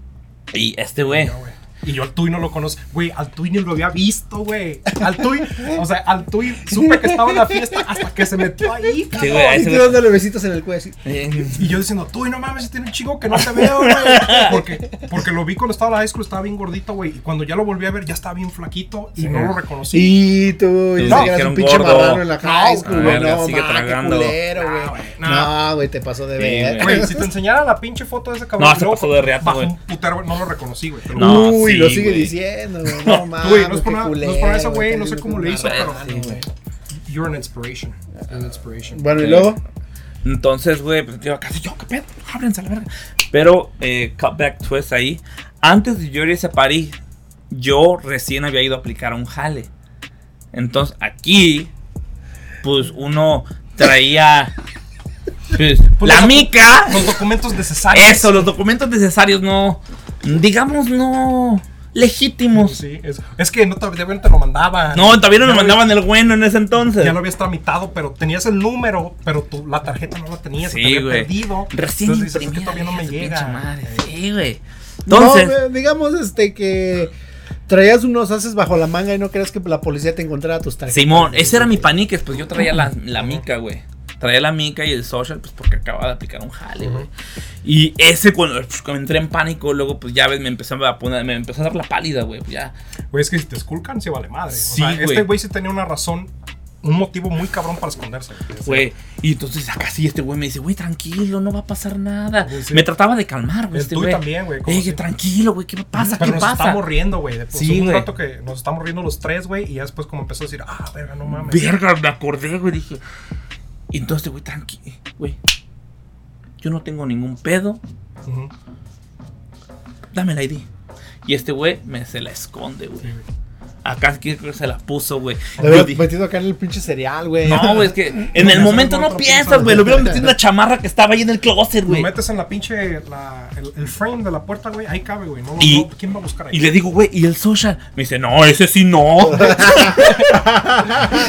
y este güey. no, güey. Y yo al Tui no lo conozco. Güey, al Tui ni lo había visto, güey. Al Tui, o sea, al Tui supe que estaba en la fiesta hasta que se metió ahí, Sí, cabrón. güey, Y a ese tú güey. dándole besitos en el cuello así. Eh, Y yo diciendo, Tui, no mames, tiene un chico que no te veo, güey. Porque, porque lo vi cuando estaba en la high school, estaba bien gordito, güey. Y cuando ya lo volví a ver, ya estaba bien flaquito y Sí. no lo reconocí. Y tú, Sí, yo no, sé que que eras era un un pinche gordo. marrano en la high No, school, güey. verga, No, sigue ma, qué tragando. culero, Ah, güey. güey, no. No, güey, te pasó de Sí, ver. güey. Güey, si te enseñara la pinche foto de ese cabrón, No, se luego pasó de reata, bajo güey. un putero, güey, no lo reconocí, güey. te lo No, Uy, sí, lo sigue güey. diciendo, güey. Ah, No mames. Güey, no es por qué nada- no es por culero, nada ese güey, no qué sé cómo le culero, hizo, pero- sí, güey. You're an inspiration. An inspiration. Bueno, y luego. Entonces, güey, pues yo casi yo, qué pedo, ábrense a la verga. Pero, eh, cutback twist ahí. Antes de yo irse a París, yo recién había ido a aplicar a un jale. Entonces, aquí, pues uno traía. pues, Pues la los- mica. Los documentos necesarios. Eso, los documentos necesarios no. Digamos, no. Legítimos. Sí, es, es que no te, de verdad te lo mandaban. No, todavía no Ya nos lo habías- mandaban el bueno en ese entonces. Ya lo habías tramitado, pero tenías el número, pero tu, la tarjeta no la tenías. se te Sí, había güey. perdido. Recién Entonces dices, es que imprimida, todavía no me hija de su pinche llega. madre. Sí, güey. Entonces, No, güey, digamos, este, que traías unos haces bajo la manga y no creas que la policía te encontrara tus tarjetas. Simón, ese era mi panique, pues yo traía la, la mica, güey. Traía la mica y el social, pues porque acababa de aplicar un jale, güey. Y ese cuando, pues, cuando entré en pánico, luego pues ya ves, me empezó a poner, me empezó a dar la pálida, güey. Pues ya. Güey, es que si te esculcan, se vale madre. Sí, o sea, este güey. güey sí tenía una razón, un motivo muy cabrón para esconderse. Güey, y entonces acá sí este güey me dice, güey, tranquilo, no va a pasar nada. Sí, sí. Me trataba de calmar, güey. El Este tú güey también, güey, ¿cómo Dije, así? tranquilo, güey, ¿qué pasa? Pero ¿Qué nos pasa? estamos riendo, güey. de- pues, Sí, hubo un güey. rato que nos estamos riendo los tres, güey, y ya después como empezó a decir, ah, verga, no mames. Verga, me acordé, güey, dije. Y entonces, güey, tranquilo, güey. Yo no tengo ningún pedo. Ujú. dame la ID. Y este güey me se la esconde, güey. Acá creo que se la puso, güey. Le Yo hubieras dije, metido acá en el pinche cereal, güey. No, güey, es que en No, el no, momento no, no no, piensas, güey. Lo hubieran metido en la chamarra que estaba ahí en el closet, Lo güey. metes en la pinche, la- el, el frame de la puerta, güey, ahí cabe, güey. No, Y- no- ¿Quién va a buscar ahí? Y le digo, güey, ¿y el social? Me dice, no, ese sí no.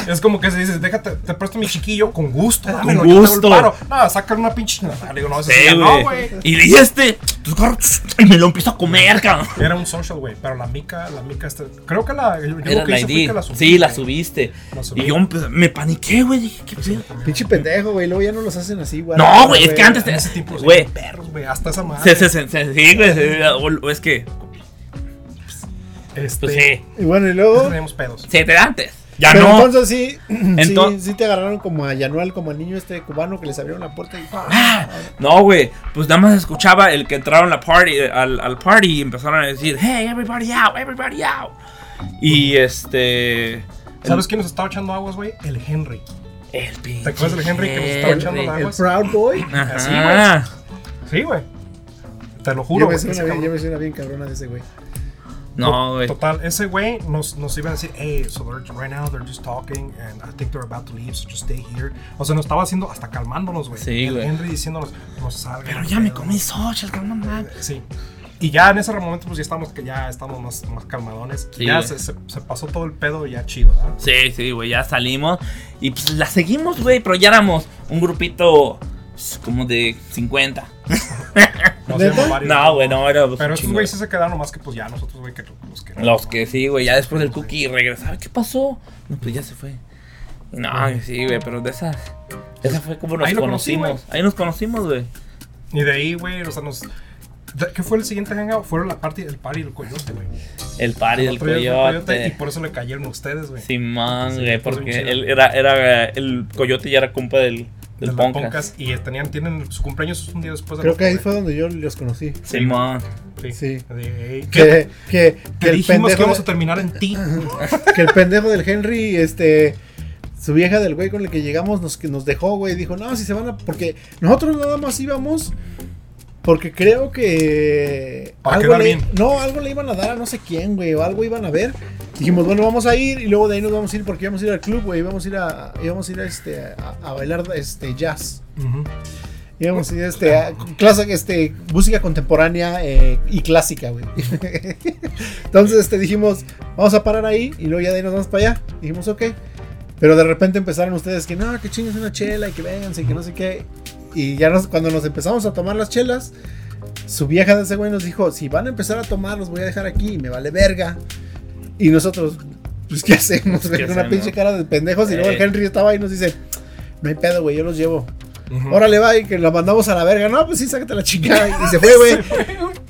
Es como que se dice, déjate, te presto mi chiquillo con gusto, dámelo, Con yo te gusto. hago el paro. No, sacar una pinche... Le digo, no, ese sí, Sí, ya no, güey. güey. Y le dije, este, pues, agarro, y me lo empiezo a comer, cabrón. Era un social, güey, pero la mica, la mica, este, creo que la... Yo, yo Era lo que la hice fue ID. que la subí, Sí, la güey. subiste. La subí. Y yo empe- me paniqué, güey. Dije, ¿qué pedo? Pinche pendejo, güey. Luego ya no los hacen así, güey. No, güey, es que antes. En ese tiempo, Güey, güey, perros, güey, hasta esa se, madre. se, se, se- sí, güey. se- o- o Es que, Este, pues sí. Y bueno, y luego. Teníamos pedos. Se te da antes. Ya pero no. entonces sí, Enton- sí, sí te agarraron como a Yanuel, como al niño este cubano que les abrieron la puerta y Ah, no, güey. Pues nada más escuchaba el que entraron a la party, eh, al, al party y empezaron a decir, hey, everybody out, everybody out. Y este. ¿Sabes quién nos estaba echando aguas, güey? El Henry. El pinche. ¿Te acuerdas del Henry que nos estaba echando la El aguas? Proud Boy. Así, Ajá. Sí, güey. Te lo juro, Yo me güey. hice ese una bien, yo cabrón. me hice una bien cabrona de ese güey. No, güey. Total, ese güey nos, nos iba a decir, hey, so they're, right now they're just talking and I think they're about to leave, so just stay here. O sea, nos estaba haciendo hasta calmándonos, güey. Sí, El güey. Henry diciéndonos, no salgan. Pero ya me comí socha, el cabrón. man. Sí. Y ya en ese momento, pues ya estamos, que ya estamos más, más calmadones. Sí, ya güey. se, se- se pasó todo el pedo y ya chido, ¿verdad? Sí, sí, güey, ya salimos. Y pues la seguimos, güey, pero ya éramos un grupito pues, como de 50. Nos ¿Neta? dieron varios- No, güey, no, era Pero un estos chingo. güeyes sí se quedaron más que pues ya nosotros, güey, que los que... Los que sí, güey, ya después del cookie regresaba. ¿Qué pasó? No, pues ya se fue. No, sí, güey, pero de esas. Esa fue como nos Ahí lo conocí, conocimos. güey. Ahí nos conocimos, güey. Y de ahí, güey, o sea, nos... de- ¿Qué fue el siguiente hangout? Fueron la party, el party del coyote, güey. El party del Otro día fue el Y coyote. por eso le cayeron a ustedes, güey. Simón, Sí, güey, por porque un chido. él era, era. El coyote ya era compa del, De del los Poncas. Poncas, Y tenían, tienen su cumpleaños un día después de Creo que nuestro, ahí fue donde yo los conocí. Simón. güey. sí. De- Que, ¿Qué? que, que Te el dijimos que pendejo, íbamos a terminar en ti. que el pendejo del Henry, este, su vieja del güey con el que llegamos nos, que nos dejó, güey, dijo, no, si se van a, porque nosotros nada más íbamos, porque creo que Para algo quedar le, bien. no, algo le iban a dar a no sé quién, güey, o algo iban a ver. Dijimos, bueno, vamos a ir y luego de ahí nos vamos a ir porque íbamos a ir al club, güey, íbamos a ir a, íbamos a ir a, este, a, a bailar este jazz. Ujú. Íbamos a ir este, a clase- este, música contemporánea eh, y clásica, güey. Entonces este, dijimos, vamos a parar ahí y luego ya de ahí nos vamos para allá. Dijimos, ok. Pero de repente empezaron ustedes que no, que chingues una chela y que vénganse y que no sé qué. Y ya nos- cuando nos empezamos a tomar las chelas, su vieja de ese güey nos dijo, si van a empezar a tomar, los voy a dejar aquí y me vale verga. Y nosotros, pues, ¿qué hacemos? güey? ¿qué Con una hacemos? pinche cara de pendejos. Y luego el Eh. Henry estaba ahí y nos dice, no hay pedo, güey, yo los llevo. Ujú. Órale, va, y que la mandamos a la verga. No, pues sí, sácate la chingada. Y se fue, güey.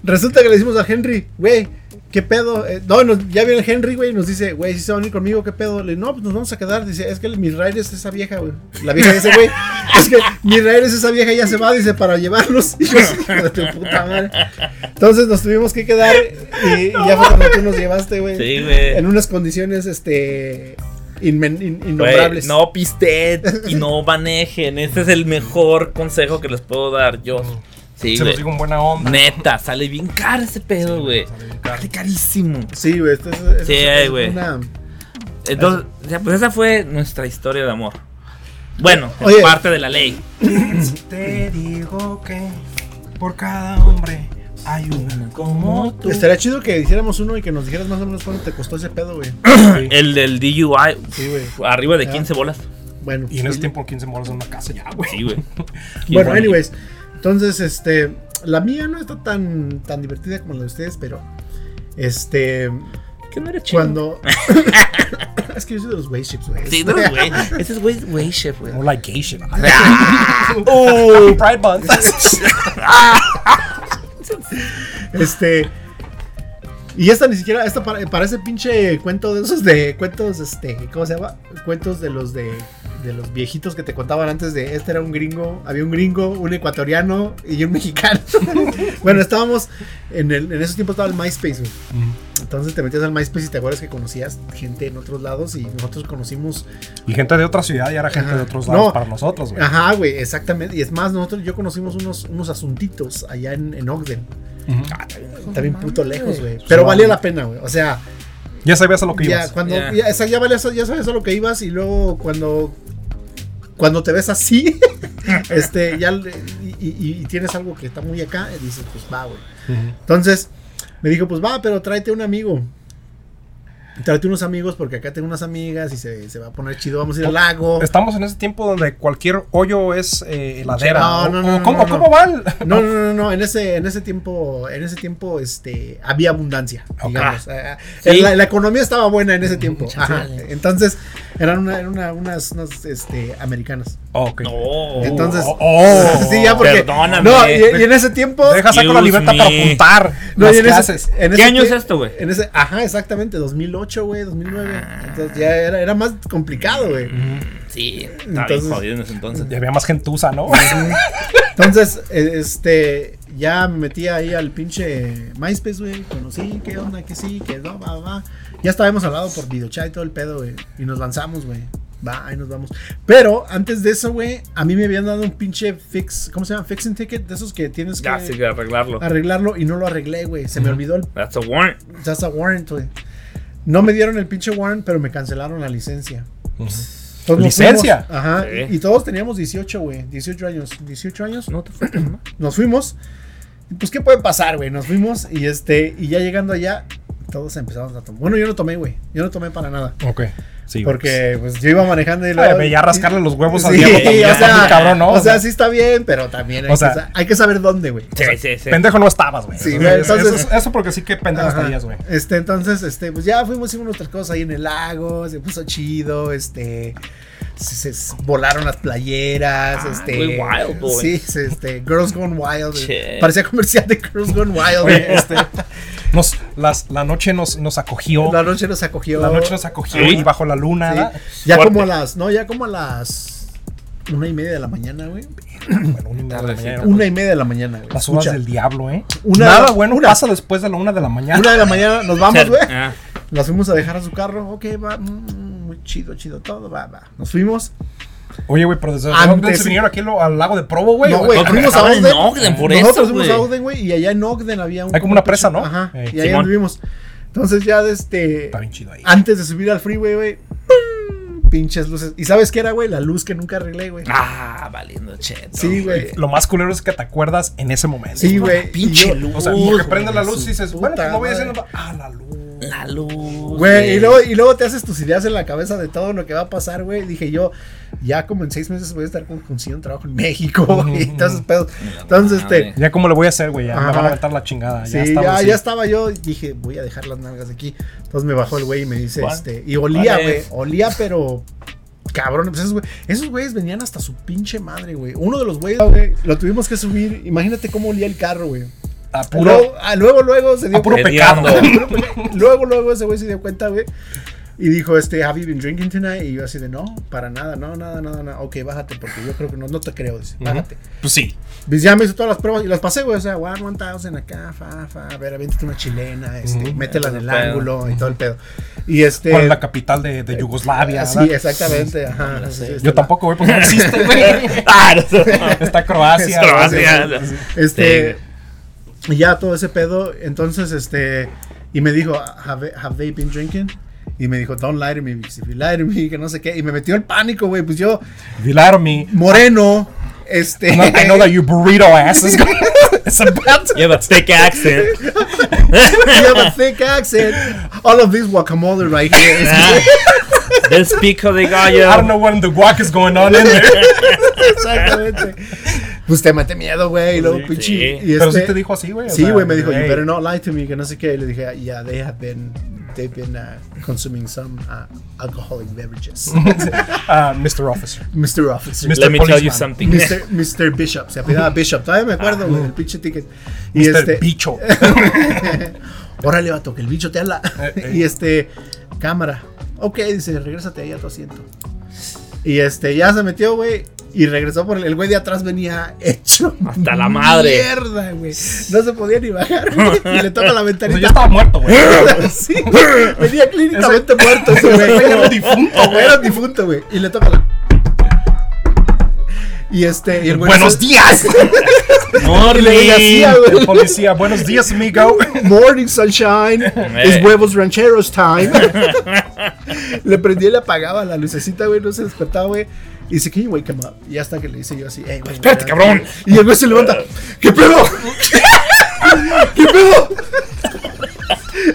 Resulta que le decimos a Henry, güey, ¿qué pedo? Eh, no, nos- ya viene el Henry, güey, y nos dice, güey, si se van a ir conmigo, ¿qué pedo? Le digo, no, pues nos vamos a quedar. Dice, es que el- mi rider es esa vieja, güey. La vieja de ese güey. Es que mi rider es esa vieja, ya se va, dice, para llevarlos. Y yo, hijo de tu puta madre. Entonces nos tuvimos que quedar. Y, y ya fue cuando tú nos llevaste, güey. Sí, güey. En unas condiciones, este. inmen- in- Güey, innombrables. no piste y no manejen. Este es el mejor consejo que les puedo dar yo. Sí, Mm. Se los güey. digo en buena onda. Neta, sale bien caro ese pedo, güey. sale bien caro. Sale carísimo. Sí, güey. esto es- esto Sí, es güey. una- Entonces, ya, pues esa fue nuestra historia de amor. Bueno, es Oye. parte de la ley. Te digo que por cada hombre hay una como tú. Estaría chido que hiciéramos uno y que nos dijeras más o menos cuánto te costó ese pedo, güey. El del DUI, Sí, güey. uf, arriba de Ya. 15 bolas. Bueno. Y en ese tiempo 15 molas en una casa ya, güey. Sí, güey. Bueno, Igual. anyways. Entonces, este. La mía no está tan, tan divertida como la de ustedes, pero. Este. Que no era chido. Cuando. es que yo soy de los way ships, güey. Sí, no, güey. Ese es güey, güey, chef, güey. No like gay shit. Oh. Pride Month. Este. Y esta ni siquiera, esta para- parece pinche cuento de esos de cuentos, este, ¿cómo se llama? Cuentos de los de, de los viejitos que te contaban antes de, este era un gringo, había un gringo, un ecuatoriano y un mexicano. bueno, estábamos, en, el, en esos tiempos estaba el MySpace, güey. Entonces te metías al MySpace y te acuerdas que conocías gente en otros lados y nosotros conocimos Y gente de otra ciudad y era gente Ajá. de otros lados No. Ah. para nosotros, güey. Ajá, güey, exactamente. Y es más, nosotros yo conocimos unos, unos asuntitos allá en, en Ogden. Ujú. Ah, Está bien Pues puto lejos, güey. Pero valía la pena, güey. O sea, Ya sabías a lo que ya, ibas. cuando, Ya. ya, esa- ya valía- ya sabes a lo que ibas y luego cuando, cuando te ves así, este, ya, le- y, y- y tienes algo que está muy acá, y dices, pues va, güey. Ujú. Entonces, me dijo, pues va, pero tráete un amigo. Tráete unos amigos porque acá tengo unas amigas y se, se va a poner chido, vamos a ir al lago. Estamos en ese tiempo donde cualquier hoyo es eh, heladera. No, ¿O- no, o no, no, ¿Cómo, no. ¿cómo va el- No, no, no, no, en ese, en ese tiempo, en ese tiempo, este, había abundancia, Ok. digamos. Eh, Ah. Sí. Mm, la, la economía estaba buena en ese tiempo. Chale. Ajá. Entonces, eran, una- eran una- unas, unas, este, americanas. Oh, ok. No. Entonces, Oh, oh. sí, ya porque, Perdóname. no, y, y en ese tiempo, Deja saco la Excuse libreta me. para apuntar no, las y en ese- eh, clases. en ¿Qué ese año es tie- esto, güey? Ah. En ese, ajá, exactamente, 2008, güey, 2009. Entonces ya era, era más complicado, güey. Mm, Sí, estaba bien Entonces- jodido en ese entonces. Y había más gentuza, ¿no? Entonces, eh, este, ya me metí ahí al pinche MySpace, güey. Conocí, qué onda, que sí, que no, va, va. Ya estábamos hablado por videochat y todo el pedo, güey. Y nos lanzamos, güey. Va, ahí nos vamos. Pero antes de eso, güey, a mí me habían dado un pinche fix. ¿Cómo se llama? Fixing ticket, de esos que tienes que Ya, sí, que arreglarlo. arreglarlo y no lo arreglé, güey. Se me olvidó el That's a warrant. That's a warrant, güey. No me dieron el pinche warrant, pero me cancelaron la licencia. Todos nos ¿Licencia? fuimos, ajá. Sí. Y todos teníamos 18, güey. 18 años. 18 años. No te fuiste, ¿no? Nos fuimos. Y, Pues, ¿qué puede pasar, güey? Nos fuimos y este, y ya llegando allá, todos empezamos a tomar. Bueno, yo no tomé, güey. Yo no tomé para nada. Ok. Sí. Porque pues yo iba manejando y pues. Ay, luego. ve, ya rascarle los huevos al Sí, diablo también, o está sea, muy cabrón, ¿no? o sea, sí está bien, pero también hay, O que, sea- sa- hay que saber dónde, güey. Sí, sí, sí. Pendejo no estabas, güey. Sí, Sí, güey, eso, entonces- eso- eso porque sí que pendejo Ajá. estarías, güey. Este, entonces, este, pues ya fuimos, hicimos nuestras cosas ahí en el lago, se puso chido, este. Se, se- se volaron las playeras, Ah, este. güey, wild, boy. Sí, se- este, Girls Gone Wild. Che. Parecía comercial de Girls Gone Wild. güey. Oye, este, nos, las, la noche nos, nos acogió. La noche nos acogió. La noche nos acogió Sí. y bajo la luna. Sí. ¿verdad? Ya Fuerte. como a las, no, ya como a las una y media de la mañana, güey. Bueno, una y media de la mañana. Una y media de la mañana, güey. Las horas Escucha, del diablo, ¿eh? Una- Nada bueno una- pasa después de la una de la mañana. Una de la mañana nos vamos, Ser- güey. ah, Las fuimos a dejar a su carro. Ok, va. mm, Muy chido, chido todo. Va, va. Nos fuimos. Oye, güey, pero desde Antes- dónde se vinieron aquí lo- al lago de Provo, güey. No, O- güey, no, pero fuimos a estaban en Ogden. Ogden, por Nosotros eso, fuimos güey. a Ogden, güey. Y allá en Ogden había un. Hay como una presa, ¿no? Ajá. Eh, y ahí Simón. anduvimos. Entonces ya de este. Está bien chido ahí. Antes de subir al freeway, güey. ¡pum! Pinches luces. ¿Y sabes qué era, güey? La luz que nunca arreglé, güey. ah, valiendo cheto. sí, güey. Eh, Lo más culero es que te acuerdas en ese momento. Sí, güey. pinche Y yo- luz. O sea, Uy, porque güey, prende la luz su y dices, bueno, puta pues no voy a hacer madre. nada. Ah, la luz. La luz. Güey, y luego, y luego te haces tus ideas en la cabeza de todo lo que va a pasar, güey. Dije yo, ya como en seis meses voy a estar con- consiguiendo un trabajo en México, güey. y todos esos pedos. Entonces, este. madre. Ya cómo le voy a hacer, güey, ya Ajá. me van a aventar la chingada. Sí, Ah, ya ya, estaba así. ya estaba yo. Dije, voy a dejar las nalgas aquí. Entonces me bajó el güey y me dice, ¿Cuál? este. Y olía, ¿Cuál güey. es? Olía, pero. Cabrón, pues esos, güey- esos güeyes venían hasta su pinche madre, güey. Uno de los güeyes, Ah, güey, lo tuvimos que subir. Imagínate cómo olía el carro, güey. A puro, Luego, ah, luego, luego se dio a puro pecado. Hediondo. Luego, luego ese güey se dio cuenta, güey. Y dijo, este, have you been drinking tonight? Y yo así de, no, para nada, no, nada, nada, nada. Ok, bájate, porque yo creo que no, no te creo, dice, bájate. Pues sí. Pues ya me hizo todas las pruebas y las pasé, güey. O sea, one, one thousand acá, fa, fa. A ver, aviéntate una chilena, este, Ujú. métela en Todo el el pedo. ángulo y todo el pedo. Y este... ¿Cuál es la capital de, de Yugoslavia? Eh, Sí, verdad? exactamente, ajá. no sí, sé. sí, este, Yo la- tampoco, güey, pues no existe, güey. Ah, no sé. Está Croacia. Es güey. Croacia. Este... Sí. Y ya todo ese pedo. Entonces, este... Y me dijo, have, have they been drinking? Y me dijo, don't lie to me, because if you lie to me, que no sé qué. Y me metió el pánico, güey. Pues yo, Vilar me. moreno, este. No, I know that your burrito ass is going. It's a bad. You have a thick accent. you have a thick accent. All of this guacamole right here. Ah, This pico de gallo. I don't know what in the guac is going on in there. Exactamente. Pues te mete miedo, güey. Y luego, Sí. pinche. y Pero este- sí te dijo así, güey. o Sí, sea, güey, me dijo, you hey, better not lie to me, que no sé qué. Y le dije, yeah, they have been, they've been uh, consuming some uh, alcoholic beverages. ah, Mr. Officer. Mr. Officer. Mr. Let me tell you Policeman. something. Mr. Mr. Bishop, se apellidaba Bishop. Todavía me acuerdo, güey, del pinche ticket. Y Mr. este- Bicho. Órale, vato, que el bicho te habla. Eh, eh. Y este, cámara. Ok, dice, regrésate ahí a tu asiento. Y este, ya se metió, güey. Y regresó por el, el güey de atrás venía hecho. Hasta la madre. Mierda, güey. No se podía ni bajar, güey. Y le toca la O sea, ventanita. ya estaba muerto, güey. Sí, güey. venía clínicamente muerto ese güey. Era un difunto, güey. Era un difunto, güey. Y le toca la. Y este, y el güey Buenos se- días. Y le- le hacía, güey. El policía, buenos días, amigo. Morning sunshine, es huevos rancheros time. le prendí y le apagaba la lucecita, güey, no se despertaba, güey. Y dice, can you wake him up? Y hasta que le hice yo así, hey, güey. Espérate, güey, cabrón. Y el güey se levanta, ¿qué pedo? ¿Qué pedo?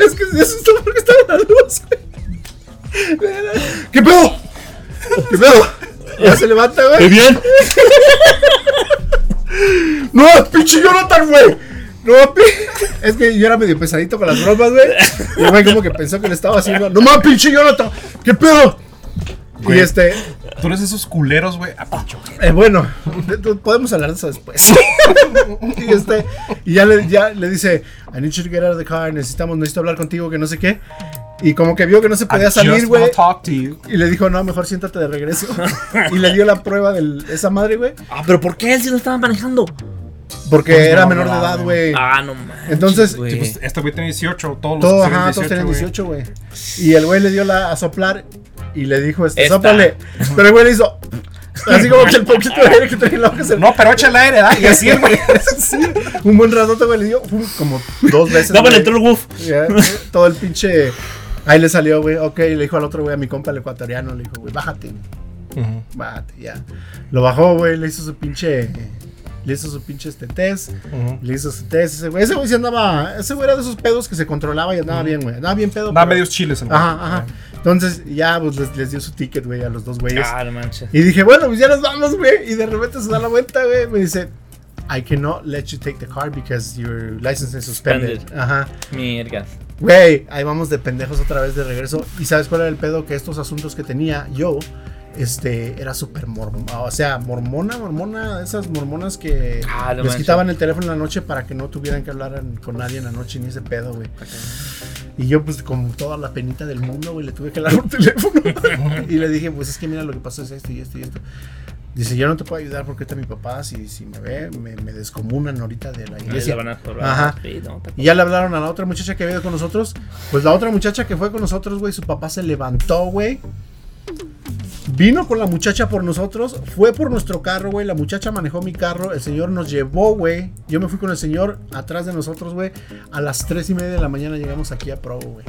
es que se asustó porque estaba en la luz, güey. ¿Qué pedo? ¿Qué pedo? Ya se levanta, güey. bien? No, pinche Jonathan, güey. No, pi- es que yo era medio pesadito con las bromas, güey. Y el güey como que pensó que le estaba haciendo. No mames, pinche Jonathan. ¿Qué pedo? Güey. Y este, Tú eres esos culeros, güey. Ah, picho. eh, bueno, de- de- podemos hablar de eso después. y este, y ya le, ya le dice, I need you to get out of the car, necesitamos, necesito hablar contigo, que no sé qué. Y como que vio que no se podía I salir, just wanna güey. talk to you. Y le dijo, no, mejor siéntate de regreso. y le dio la prueba de esa madre, güey. Ah, pero ¿por qué él si lo estaba manejando? Porque Pues, era no, menor no, de no, edad, no. güey. Ah, no manches. Entonces, güey. Sí, pues, este güey tiene 18, todos los Todo, que ajá, todos tenían 18, güey. Y el güey le dio la a soplar y le dijo, este, Esta. sóplale. Pero el güey le hizo. Así como que el poquito de aire que traía en la boca se güey. No, pero échale aire, ¿verdad? Y así el güey. Sí, un buen ratote, güey, le dio pum, como dos veces. Dábale güey. el Woolf. Ya, Todo el pinche. Ahí le salió, güey. Ok, le dijo al otro, güey, a mi compa el ecuatoriano, le dijo, güey, bájate, Ujú. bájate, ya. Lo bajó, güey, le hizo su pinche. Le hizo su pinche este test. Ujú. Le hizo su test. Ese güey, ese güey sí andaba. Ese güey era de esos pedos que se controlaba y andaba bien, güey. Andaba bien pedo. Da pero- medios chiles el güey. Ajá, ajá. Entonces ya pues, les, les dio su ticket, güey, a los dos güeyes. Ah, no manches. Y dije, bueno, pues ya nos vamos, güey. Y de repente se da la vuelta, güey. Me dice, I cannot let you take the car because your license is suspended. Suspended. Ajá. Miergas. Güey, ahí vamos de pendejos otra vez de regreso. ¿Y sabes cuál era el pedo? Que estos asuntos que tenía yo, este, era súper mormona. O sea, mormona, mormona, esas mormonas que Ah, no les manches. quitaban el teléfono en la noche para que no tuvieran que hablar en- con nadie en la noche ni ese pedo, güey. Y yo, pues, con toda la penita del mundo, güey, le tuve que hablar por teléfono. y le dije, pues, es que mira lo que pasó es esto y esto y esto. Dice, yo no te puedo ayudar porque está mi papá. Si, si me ve, me, me descomunan ahorita de la Ahí iglesia. la van a cobrar. Ajá. Sí, no, te- Y ya le hablaron a la otra muchacha que había ido con nosotros. Pues la otra muchacha que fue con nosotros, güey, su papá se levantó, güey. Vino con la muchacha por nosotros, fue por nuestro carro, güey. La muchacha manejó mi carro, el señor nos llevó, güey. Yo me fui con el señor atrás de nosotros, güey. A las tres y media de la mañana llegamos aquí a Provo, güey.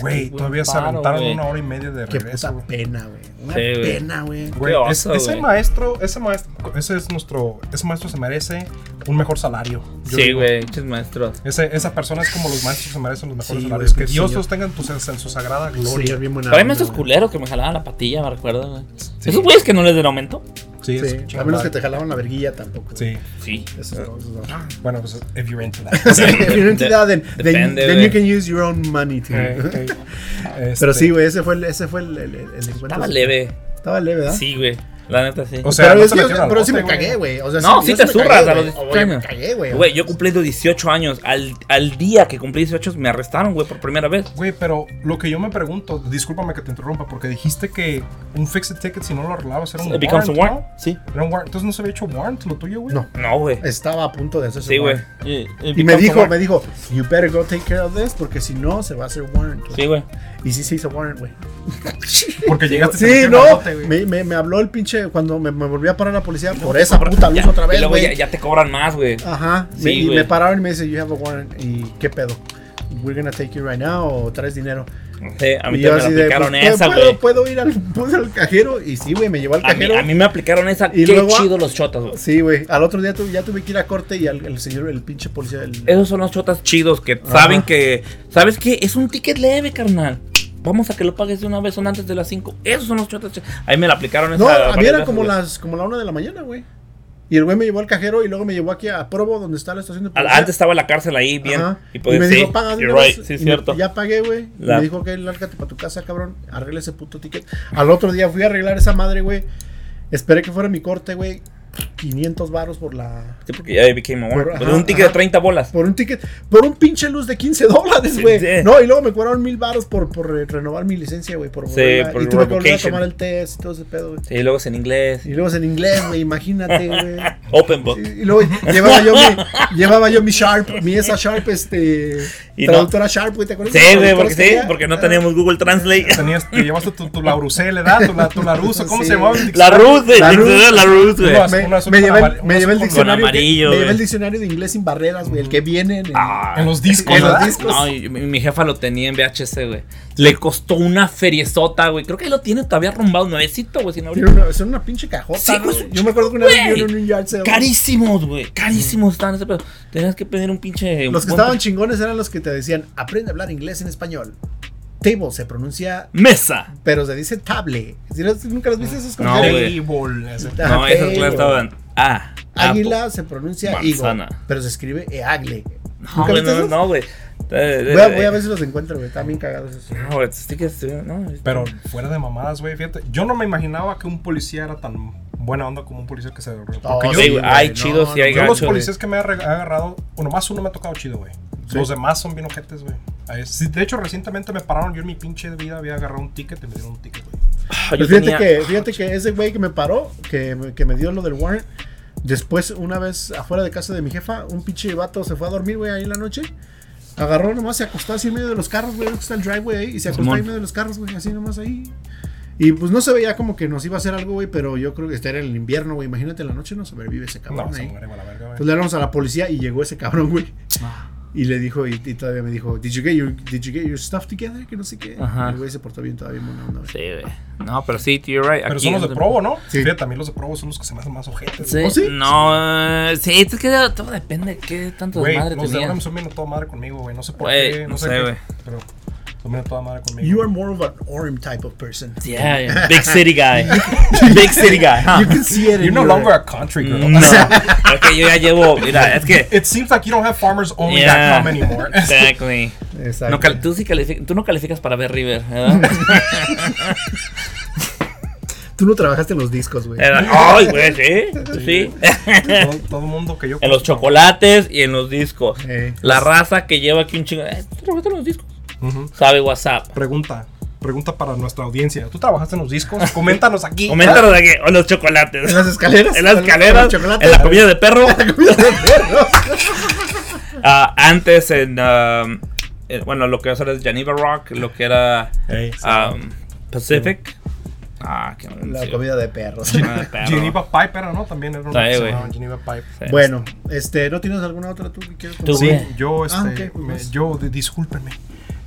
Güey, Buen todavía se paro, aventaron güey. una hora y media de Qué puta regreso, güey. pena, güey. Una Sí, güey. pena, güey. Güey, Qué es- oso, ese güey. maestro, ese maestro, ese es nuestro, ese maestro se merece un mejor salario. yo Sí, digo. güey, muchos maestros. Ese- esa persona es como los maestros se merecen los mejores Sí, salarios. güey, que Dios señor. los tenga en, tus- en su sagrada gloria. Señor, bien buena Tráeme onda, esos güey. culeros que me jalaban la patilla, me recuerdo, güey. Sí. Esos güeyes que no les den aumento. Sí, es Sí, a chingada. menos que te jalaban la verguilla tampoco. Sí. Sí. Eso no, eso no. Bueno, pues, if you're into that. If you're into that, then, then- Depende, then güey. you can use your own money too. Eh, eh, Pero este, sí, güey, ese fue el, ese fue el, el- el- el encuentro. Estaba leve. Estaba leve, ¿verdad? Sí, güey. La neta, sí. O sea, pero no es se que, metieron al pero sí me bote, güey. cagué, güey. O sea, No, yo sí te me zurras cagué, a los güey. O, 18 güey, me años. cagué, güey. Güey, yo cumplí los 18 años. Al, al día que cumplí 18 me arrestaron, güey, por primera vez. Güey, pero lo que yo me pregunto, discúlpame que te interrumpa, porque dijiste que un fixed ticket, si no lo arreglabas, era un It becomes a warrant, warrant. Sí. ¿no? Era un warrant. Entonces no se había hecho warrant lo tuyo, güey. No. No, güey. Estaba a punto de hacerse Sí, güey. warrant. It- it Y me becomes a dijo, warrant. me dijo, you better go take care of this, porque si no, se va a hacer warrant. güey". Sí, güey. Y sí se hizo warrant, güey. Porque llegaste y te Sí, metieron al no. bote, güey. Me, me, me habló el pinche cuando me, me volví a parar la policía por esa puta luz Ya, otra y vez, luego ya, güey. Ah. ya te cobran más, güey. Ajá. Sí, me- y güey. me pararon y me dice, you have a warrant. ¿Y qué pedo? We're gonna take you right now o traes dinero. Sí, a mí Y te yo me la así de, aplicaron pues, esa, ¿puedo, güey. puedo ir al, puedo ir al cajero y sí, güey, me llevó al A mí, cajero. a mí me aplicaron esa. Y Qué luego- ah, chido los chotas, güey. Sí, güey. Al otro día tu- ya tuve que ir a corte y al, el señor, el pinche policía, el, Esos son los chotas chidos que Ajá. saben que. ¿Sabes qué? Es un ticket leve, carnal. Vamos a que lo pagues de una vez, son antes de las 5. Esos son los chotas chidos. Ahí me la aplicaron esa. No, a mí varias era veces, como güey. las como la una de la mañana, güey. Y el güey me llevó al cajero y luego me llevó aquí a Provo, donde está la estación de Al- policía. Antes estaba la cárcel ahí, bien. Ajá. Y, pues, me sí, dijo, paga de you're una vez". right, Sí, Y me- cierto. Ya pagué, güey. Y La- Me dijo, ok, lárgate para tu casa, cabrón. Arregla ese puto ticket. Al otro día fui a arreglar esa madre, güey. Esperé que fuera mi corte, güey. 500 varos por la... Sí, porque ya became a warrant. Por- Pero ajá, un ticket ajá. de 30 bolas. Por un ticket, por un pinche luz de 15 dólares, güey. Sí. No, y luego me cobraron mil baros por, por re- renovar mi licencia, güey. Por Sí, volverla- por y tuve que volver a revocation. tomar el test y todo ese pedo, güey. Sí, luego es en inglés. Y luego es en inglés, güey, imagínate, güey. Open book. Y, y luego llevaba yo, mi, llevaba yo mi Sharp, mi esa Sharp, este. Y no. traductora Sharp, güey, ¿te acuerdas? Sí, Las güey, traductoras porque que sí, había? porque no teníamos Google Translate. Tenías, te llevaste tu, tu Laurusel, ¿verdad? Tu, la, tu Laruso, ¿cómo Sí. se llamaba? La Ruth, güey. La Ruth. La Ruth, güey. No, Me, Una azul me con llevé, el- amal- me una llevé el azul con diccionario. que- amarillo, me llevé el güey. diccionario de inglés sin barreras, güey, el que viene en. el- Ah. En los discos, En los ¿verdad? discos. No, y mi, mi jefa lo tenía en VHS, güey. Le costó una feriezota, güey. Creo que lo tiene todavía arrumbado nuevecito, güey, sin abrir. tiene una- son una pinche cajota. Sí, güey. güey. Yo me acuerdo que una vez Güey. yo en un yard sale. Carísimos, güey. Carísimos estaban ese pedo. Tenías que pedir un pinche. Los que buen- estaban chingones eran los que te decían, aprende a hablar inglés en español. Table se pronuncia, Mesa. pero se dice table. Si no- ¿Nunca los viste esos No, güey. Table, ese. Ah, No, esas ok, clases güey. estaban. Ah. Águila se pronuncia Manzana. higo, pero se escribe eagle. No, ¿Nunca güey, viste no, esos? no, güey. Eh, Voy a, eh, voy a ver si los encuentro, güey. Están bien cagados esos. No, güey, sí que estuvieron- no, güey. Pero fuera de mamadas, güey, fíjate. Yo no me imaginaba que un policía era tan buena onda como un policía que se... Porque Oh, yo, sí, güey, hay no, chidos y no, hay yo los gachos, güey. policías que me he arre- he agarrado, uno más uno me ha tocado chido, güey. Sí. Los demás son bien ojetes, güey. Ahí- sí, De hecho, recientemente me pararon. Yo en mi pinche vida había agarrado un ticket y me dieron un ticket, güey. Ah, yo Pero fíjate, tenía- que, fíjate que ese güey que me paró, que, me- que me dio lo del warrant, Después, una vez afuera de casa de mi jefa, un pinche vato se fue a dormir, güey, ahí en la noche. Agarró nomás, se acostó así en medio de los carros, güey, que está el driveway ahí, y se acostó Simón. ahí en medio de los carros, güey, así nomás ahí. Y pues no se veía como que nos iba a hacer algo, güey, pero yo creo que este era el invierno, güey. Imagínate en la noche no sobrevive ese cabrón No, se ahí. muere, güey, la verga, güey. Pues le hablamos a la policía y llegó ese cabrón, güey. Ah. Y le dijo, y, y todavía me dijo, did you, get your, ¿Did you get your stuff together? Que no sé qué. Ajá. Y el güey se portó bien todavía, buena onda, güey. Sí, güey. No, pero sí, you're right. Pero aquí son los es de donde- probo, ¿no? Sí. Fíjate, también los de probo son los que se me hacen más ojetes. Sí. ¿Oh, sí? No, eh, sí, es que todo depende de qué tanto Güey, desmadre los de tenías. Orem son bien a toda madre conmigo, güey. No sé por pues, Güey, qué. No no sé, sé, qué, güey. Pero son bien a toda madre conmigo. You are more of an Orem type of person. Yeah, yeah. Big city guy. Big city guy. huh? You can see it in You're no your- longer a country girl. No, es que yo ya llevo. Mira, es que. It seems like you don't have farmers Oh only Yeah. dot com anymore. Exactly. Exacto. No, cal- tú, sí calific- tú no calificas para ver River, ¿verdad? Tú no trabajaste en los discos, güey. Era- Ay, güey, sí. Sí. todo, todo el mundo que yo En los chocolates y en los discos. Eh. La raza que lleva aquí un chingo. Eh, ¿tú trabajaste en los discos? Ujú. Sabe WhatsApp. Pregunta. Pregunta para nuestra audiencia. ¿Tú trabajaste en los discos? Coméntanos aquí. Coméntanos aquí. O en los chocolates. Ah. En las escaleras. En las En, los escaleras. chocolates. En la comida de perro. comida de perros. Ah, antes en. um, eh, bueno, lo que ahora es Geneva Rock, lo que era. Ey, sí. um, Pacific. Ah, qué La sí. comida de perros. Ah, de perro. Geneva Pipe era, ¿no? También era Sí, una que se güey. llamaba Geneva Pipe. Sí. Bueno, este, ¿no tienes alguna otra tú que quieras Tú, contar? Sí, güey. yo, este, Ah, ok, me- pues. yo, di- discúlpenme.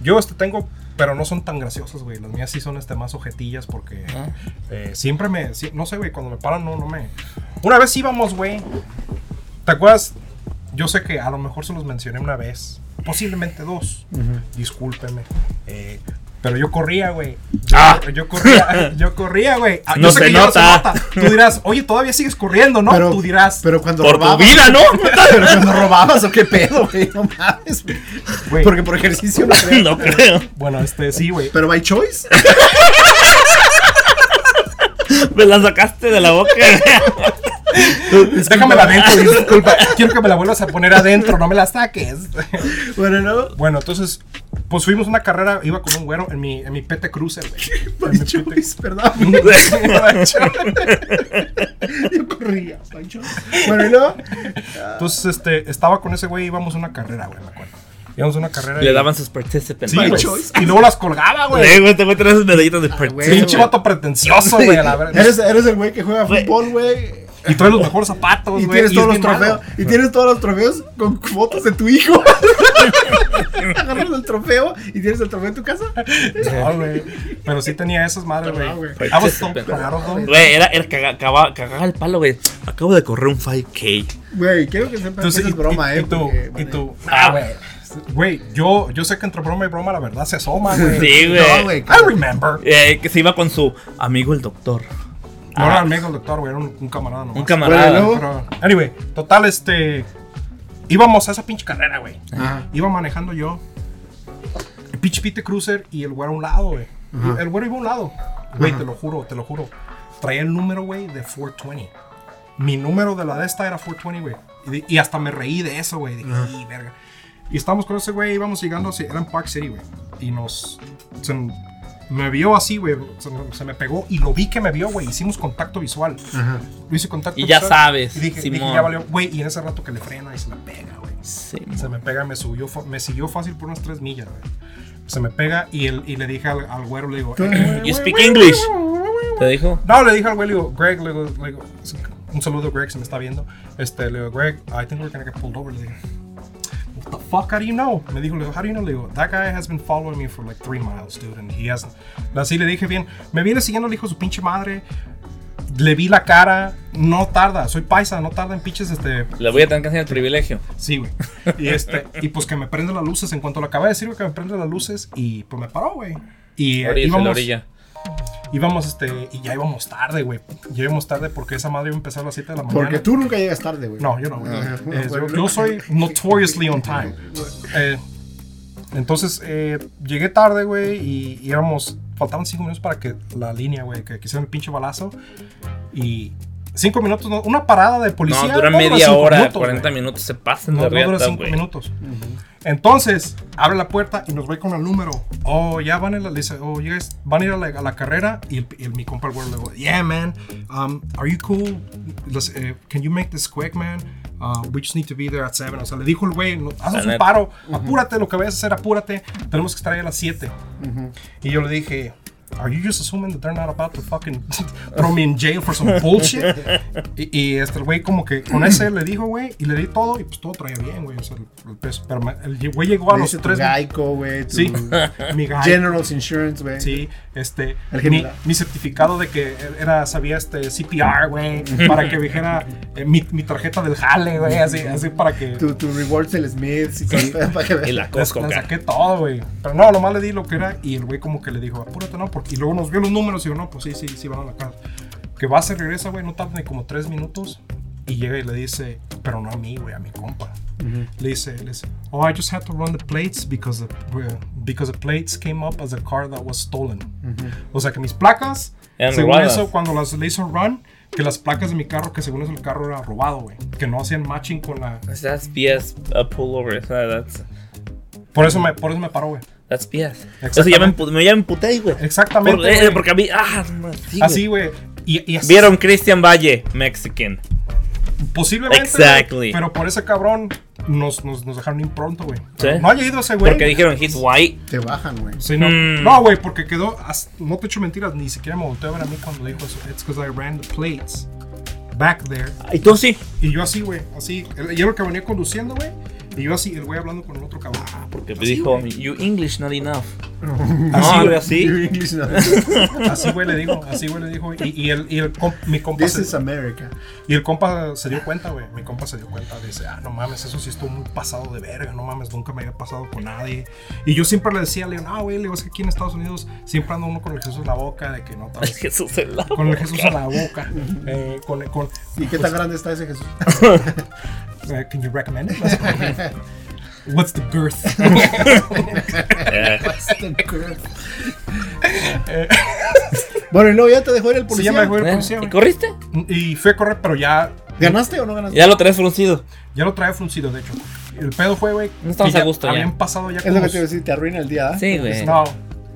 Yo, este, tengo, pero no son tan graciosas, güey. Las mías sí son, este, más ojetillas porque Ah. eh, siempre me, sí- no sé, güey, cuando me paran, no, no me... Una vez íbamos, güey. ¿Te acuerdas? Yo sé que a lo mejor se los mencioné una vez, posiblemente dos. Discúlpenme. Eh, pero yo corría, güey. Yo, Ah. yo corría, yo corría, güey. Ah, yo No sé se que ya nota. Tú dirás, oye, todavía sigues corriendo, ¿no? Pero, Tú dirás, Pero cuando Por tu robabas. vida, ¿no? Pero cuando robabas o qué pedo, güey. No mames, güey. Güey. Porque por ejercicio no creo. no creo. bueno, este, sí, güey. Pero by choice. Me la sacaste de la boca. Déjame la adentro. Disculpa. Quiero que me la vuelvas a poner adentro, no me la saques. Bueno, no. Bueno, entonces, pues fuimos una carrera, iba con un güero en mi, en mi pete cruiser, güey. By En mi PT choice, perdón. Yo corría. By choice. Bueno, no. Entonces, este, estaba con ese güey, íbamos a una carrera, güey, me acuerdo. Íbamos a una carrera. Le y- daban sus participants. Sí, By güey. choice. Y luego las colgaba, güey. Sí, güey, te voy a traer esas medallitas de Ah, güey. participants. Pinche vato pretencioso, güey, a la verdad. Eres, eres el güey que juega fútbol, güey. Y trae los mejores zapatos, güey. Y tienes y todos los es bien trofeos. malo. Y tienes todos los trofeos con fotos de tu hijo. Agarras el trofeo y tienes el trofeo en tu casa. No, güey. Pero sí tenía esas madres, Perdón, güey. Ah, pues, güey. I was so Participant. proud of them. Güey, era, era caga- cagaba- cagaba el palo, güey. Acabo de correr un 5K. Güey, quiero que sepan que Entonces, eso y, es broma, y- eh. y tú, porque, y bueno, tú, ah, güey. Güey, yo, yo sé que entre broma y broma la verdad se asoma, güey. Sí, No, güey. güey. I remember. Eh, que se iba con su amigo el doctor. Ah, No era amigo del doctor, güey, era un, un camarada nomás. Un camarada. Bueno, Pero, anyway, total, este. Íbamos a esa pinche carrera, güey. Ajá. Iba manejando yo. El pinche Pete Cruiser y el güero a un lado, güey. El güero iba a un lado. Güey, te lo juro, te lo juro. Traía el número, güey, de 420. Mi número de la de esta era 420, güey. Y de- Y, hasta me reí de eso, güey. Dije, "Y, verga. Y estábamos con ese güey, íbamos llegando, hacia- era en Park City, güey. Y nos. se m- me vio así, güey. Se, me- se me pegó y lo vi que me vio, güey. Hicimos contacto visual. Ajá. Lo hice contacto Y ya visual, sabes, Y dije, dije, Simón. ya valió. Güey, y en ese rato que le frena y se la pega, güey. Sí, Se me pega, me subió, fa- me siguió fácil por unas tres millas, güey. Se me pega y, el, y le dije al, al güero, le digo, "Eh, You speak English. Te dijo. no, le dije al güey, le digo, Greg, le digo, le digo, un saludo, Greg, se me está viendo. Este, le digo, Greg, I think we're gonna get pulled over. Le digo, What the fuck, how do you know? Me dijo, le digo, how do you know? Le digo, that guy has been following me for like three miles, dude, and he hasn't. Así le dije bien, me viene siguiendo, le dijo su pinche madre. Le vi la cara, no tarda, soy paisa, no tarda en pinches este, Le voy a tener que enseñar el privilegio. Sí, güey. Y, este, y pues que me prende las luces. En cuanto lo acabé de decir, güey, que me prende las luces y pues me paró, güey. Y eh, Orilla, la íbamos, orilla. íbamos, este, y ya íbamos tarde, güey. Ya íbamos tarde porque esa madre iba a empezar a las 7 de la mañana. Porque tú nunca llegas tarde, güey. Ah, No, yo no, güey. Ajá. Eh, yo, yo soy notoriously on time. Eh, entonces, eh, llegué tarde, güey, y y íbamos. Faltaban 5 minutos para que la línea, güey, que quisieran el pinche balazo. Y, Cinco minutos, no, una parada de policía. No, dura dura media cinco hora, minutos, 40 güey. minutos se pasan No, de no dura reata, cinco güey. minutos. Entonces, abre la puerta y nos ve con el número. Oh, ya van a, la, le dice, oh, ya es- van a ir a la, a la carrera. Y, el- y el- mi compa el güero le digo, yeah, man, um, are you cool? Les- eh, can you make this quick, man? Uh, we just need to be there at 7. O sea, le dijo el güey, no, La haznos un neta. paro, apúrate, lo que vayas a hacer, apúrate. Tenemos que estar ahí a las 7. Y yo le dije, Are you just assuming that they're not about to fucking throw me in jail for some bullshit? y, y este el güey como que con ese le dijo, güey, y le di todo y pues todo traía bien, güey. O sea, el, el peso. Pero me- el güey llegó a Le los dice tu tres. Geico, güey. Sí, Sí. mi guy. General's Insurance, güey. Sí, este, El mi, general. mi certificado de que era, sabía este CPR, güey, para que dijera eh, mi, mi tarjeta del jale, güey, así, así para que Tu, tu rewards el Smith. Y todo, para que veas. Y la Les, Costco, les cara. saqué todo, güey. Pero no, nomás le di lo que era y el güey como que le dijo, apúrate, no, porque... Y luego nos vio los números y dijo, no, pues sí, sí, sí, van a la casa. Que va, se regresa, güey, no tarda ni como tres minutos. Y llega y le dice, pero no a mí, güey, a mi compa. Le dice, le dice, oh, I just had to run the plates because the, because the plates came up as a car that was stolen. O sea que mis placas, Eran según robadas. eso, cuando las le hizo run, que las placas de mi carro, que según eso el carro era robado, güey. Que no hacían matching con la... That's BS a pullover. o sea, That's, Por eso me, por eso me paró, güey. that's BS. Exactamente. Eso ya me, empu- me- ya me emputé, güey. Exactamente, Por- eh, güey. porque a mí. Ah, no, sí, Así, güey. güey. Y, y así- Vieron Christian Valle, Mexican. Posiblemente. Exactly. güey, Pero por ese cabrón nos, nos, nos dejaron impronto, güey. Sí. No ha llegado ese güey. Porque dijeron he's white. Te bajan, güey. Sí, no, Mm. No, güey, porque quedó. as- No te echo mentiras, ni siquiera me volteó a ver a mí cuando dijo eso. It's because I ran the plates back there. Y tú sí. Y yo así, güey, así. el- Yo lo que venía conduciendo, güey. Y yo así, el güey hablando con el otro cabrón. Ah, Porque me Así, dijo, güey. you English not enough. Así, no, güey. güey, así. Your English no. Así, güey, le dijo. Así, güey, le dijo. Y, y el, y el comp- mi compa This se- is America. Y el compa se dio cuenta, güey. Mi compa se dio cuenta. Dice, ah, no mames, eso sí estuvo muy pasado de verga. No mames, nunca me había pasado con nadie. Y yo siempre le decía, le digo, no, güey, le digo, es que aquí en Estados Unidos siempre anda uno con el Jesús en la boca, de que no tal vez- Jesús se la. Con el Jesús en la boca. Eh, con, con, ¿Y qué tan grande está ese Jesús? eh, can you recommend it? What's the girth? Eh, bueno, y luego ya te dejó ir el Se policía. llama, güey, el policía, ¿Y güey. corriste? Y fui a correr, pero ya, ¿Ganaste o no ganaste? Ya lo traes fruncido. ya lo traía fruncido, de hecho. El pedo fue, güey. No estamos que ya a gusto ya. Habían pasado ya Es lo como que te iba a decir, te arruina el día. ¿ah? Sí, güey. No,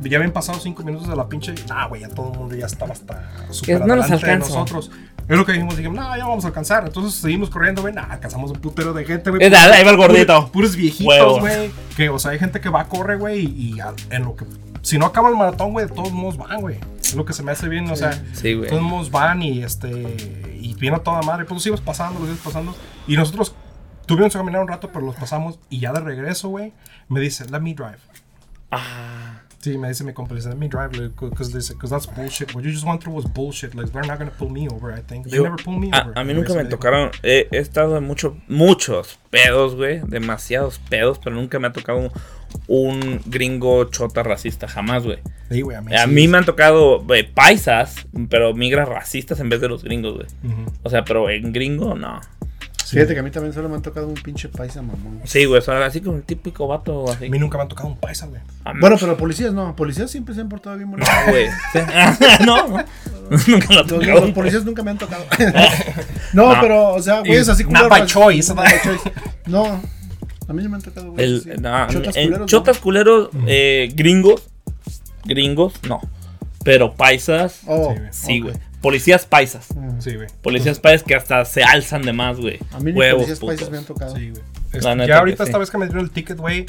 ya habían pasado cinco minutos de la pinche. Ah, güey, ya todo el mundo ya estaba hasta super Que no los adelante de alcanzo. nosotros. Es lo que dijimos, dijimos, no, ya vamos a alcanzar. Entonces seguimos corriendo, güey, nah, alcanzamos un putero de gente, güey. Eh, Puros- ahí va el gordito. Puros, puros viejitos, Huevo. güey. Que, o sea, hay gente que va, corre, güey, y, y al- en lo que. Si no acaba el maratón, güey, de todos modos van, güey. Es lo que se me hace bien, o sea. Sí, güey. Todos modos van y este. Y viene a toda madre. Pues los ibas pasando, los ibas pasando. Y nosotros tuvimos que caminar un rato, pero los pasamos. Y ya de regreso, güey, me dice, let me drive. Ah, Sí, me dice mi compa, dice, let me drive, because that's bullshit. What you just went through was bullshit. Like, they're not gonna pull me over, I think. They yo- never pull me a, over. a mí Y nunca se me dijo, tocaron. He, he estado en mucho, muchos pedos, güey. Demasiados pedos, pero nunca me ha tocado un, un gringo chota racista. Jamás, güey. Sí, güey, a mí. É, A sí. mí me han tocado güey, paisas, pero migras racistas en vez de los gringos, güey. Ujú. O sea, pero en gringo, no. Sí. Fíjate que a mí también solo me han tocado un pinche paisa mamón. Sí, güey, son así como el típico vato A así. mí nunca me han tocado un paisa, güey. Ah, Bueno, pero policías no. Policías siempre se han portado bien No, bonitos. güey. Sí. no, no. Nunca lo he Los, tocado. los policías nunca me han tocado. no, No. pero, o sea, güey, es así Not culeros by raci- choice. Not by choice. No, a mí no me han tocado, güey. El, sí. no, Chotas en culeros, chotas ¿no? culeros eh, gringos. Gringos, no. Pero paisas, Oh, Sí, güey. sí, ok. güey. Policías paisas. Sí, güey. Policías paisas que hasta se alzan de más, güey. A mí ni Huevos, policías paisas me han putos. tocado. Sí, güey. Este, neta ya ahorita que sí. esta vez que me dieron el ticket, güey,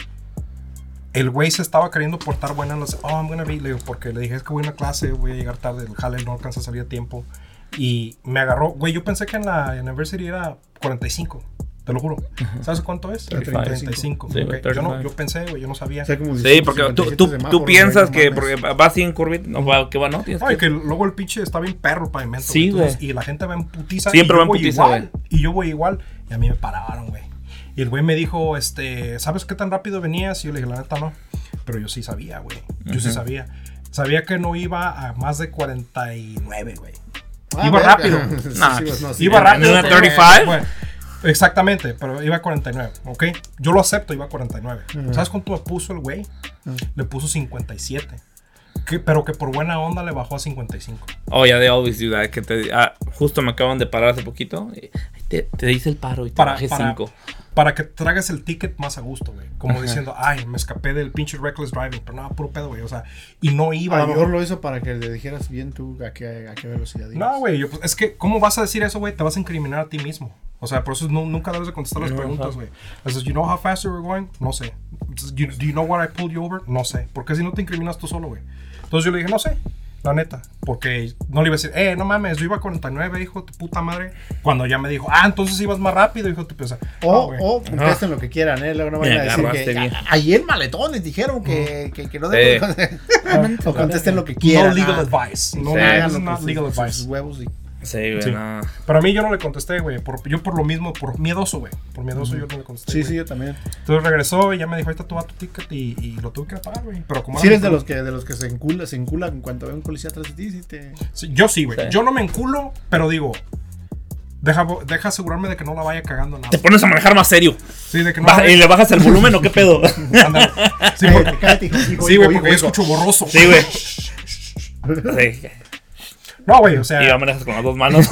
el güey se estaba queriendo portar buena en las... Oh, I'm gonna be... Le digo, porque le dije, es que voy a una clase, voy a llegar tarde, el jale no alcanza a salir a tiempo. Y me agarró... Güey, yo pensé que en la university era 45, te lo juro. ¿Sabes cuánto es? 35. 35. Sí, güey, ok. yo, no, 35. yo pensé, güey, yo no sabía. O sea, como Sí, 18, porque tú, 57 tú, semáforos, tú güey, piensas no que mames. porque vas sin curvita, no, va- que va, no, tienes Ay, que... que luego el pinche está bien perro para invento. Sí, entonces, güey. Y la gente va en putiza. Siempre y yo va en voy putiza, igual, güey. Y yo voy igual. Y a mí me pararon, güey. Y el güey me dijo, este, ¿sabes qué tan rápido venías? Y yo le dije, la neta no. Pero yo sí sabía, güey. Yo sí sabía. Sabía que no iba a más de 49, güey. Ah, Iba verga. rápido. Sí, sí, Nah, güey, no, sí, iba güey. rápido. ¿En una pero- 35? bueno, exactamente, pero iba a 49, ¿ok? Yo lo acepto, iba a 49. ¿Sabes cuánto me puso el güey? Le puso 57. que- pero que por buena onda le bajó a 55. Oh, ya de Always Do That. Que te, ah, justo me acaban de parar hace poquito. y Te, te hice el paro y te Para- bajé para- 5. Para que tragues el ticket más a gusto, güey. Como Ajá. diciendo, ay, me escapé del pinche reckless driving. Pero no, puro pedo, güey. O sea, y no iba. A lo yo. mejor lo hizo para que le dijeras bien tú a qué, a qué velocidad ibas. No, güey, yo, pues, es que, ¿cómo vas a decir eso, güey? Te vas a incriminar a ti mismo. O sea, por eso no- nunca debes de contestar las No, preguntas, ajá. güey. Entonces, ¿you know how fast you were going? No sé. Entonces, You, ¿Do you know what I pulled you over? No sé. Porque si no te incriminas tú solo, güey. Entonces yo le dije, no sé, la neta. Porque no le iba a decir, eh, no mames, yo iba a 49, hijo, de tu puta madre. Cuando ya me dijo, ah, entonces ibas más rápido, hijo, de tu pieza. O, o contesten lo que quieran, ¿eh? Luego no vayan Me a decir agarraste que bien. a- ahí en maletones dijeron que, que, que no deben. o contesten lo que no quieran. legal ah. advice. No, Sí, no, hagan this is lo que not sus- legal sus advice. huevos y- Sí, güey, Sí. no. Para mí yo no le contesté, güey. por- yo por lo mismo, por miedoso, güey. Por miedoso yo no le contesté. Sí, güey. sí, yo también. Entonces regresó y ya me dijo, ahí está tu vato ticket y, y lo tuve que pagar, güey. Pero como Si era eres mi- de los que, de los que se encula, se encula en cuanto ve un policía atrás de ti, sí te... Sí, yo sí, güey. Sí. Yo no me enculo, pero digo, deja, deja asegurarme de que no la vaya cagando nada. Te pones a manejar más serio. Sí, de que no la Baja- y vaya le bajas el volumen o qué pedo. Ándale. Sí, Cállate, porque, cállate, hijo, hijo, sí, hijo, güey, hijo, porque yo hijo. escucho borroso. Sí, güey. Sí. No, güey, o Y ya sea, manejas con las dos manos.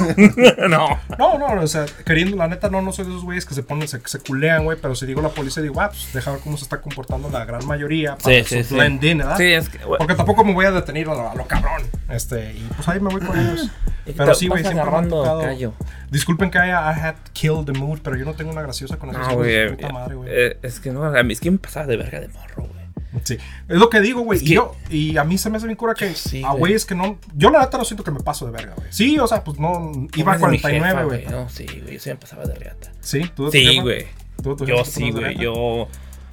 no. no, no, o sea, queriendo, la neta, no, no soy de esos güeyes que se ponen, se, se culean, güey, pero si digo la policía, digo, ah, pues deja ver cómo se está comportando la gran mayoría para Sí, su sí, sí. blend in, ¿verdad? Sí, es que. güey, Porque tampoco me voy a detener a lo, a lo cabrón. Este, y pues ahí me voy con ellos. Pero te sí, güey, vas siempre me ha agarrando tocado. callo. Disculpen que haya I had killed the mood, pero yo no tengo una graciosa con esos No, hijos de Ah, güey. su puta madre, güey. eh, es que no, a mí es que me pasaba de verga de morro, güey. Sí. Es lo que digo, güey. Es Y que- yo, y a mí se me hace bien cura que Sí, a güey. güeyes que no. Yo la neta no siento que me paso de verga, güey. Sí, o sea, pues no. Iba a Pobre de mi jefa, 49, güey. No, sí, güey. Yo sí me pasaba de riata. Sí, tú de tu Sí, jefa? güey. ¿Tú de tu jefa Yo te sí, pasabas de güey. verga? Yo.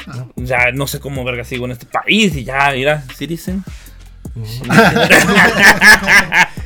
Ah. Ya no sé cómo verga sigo en este país y ya, mira, Citizen.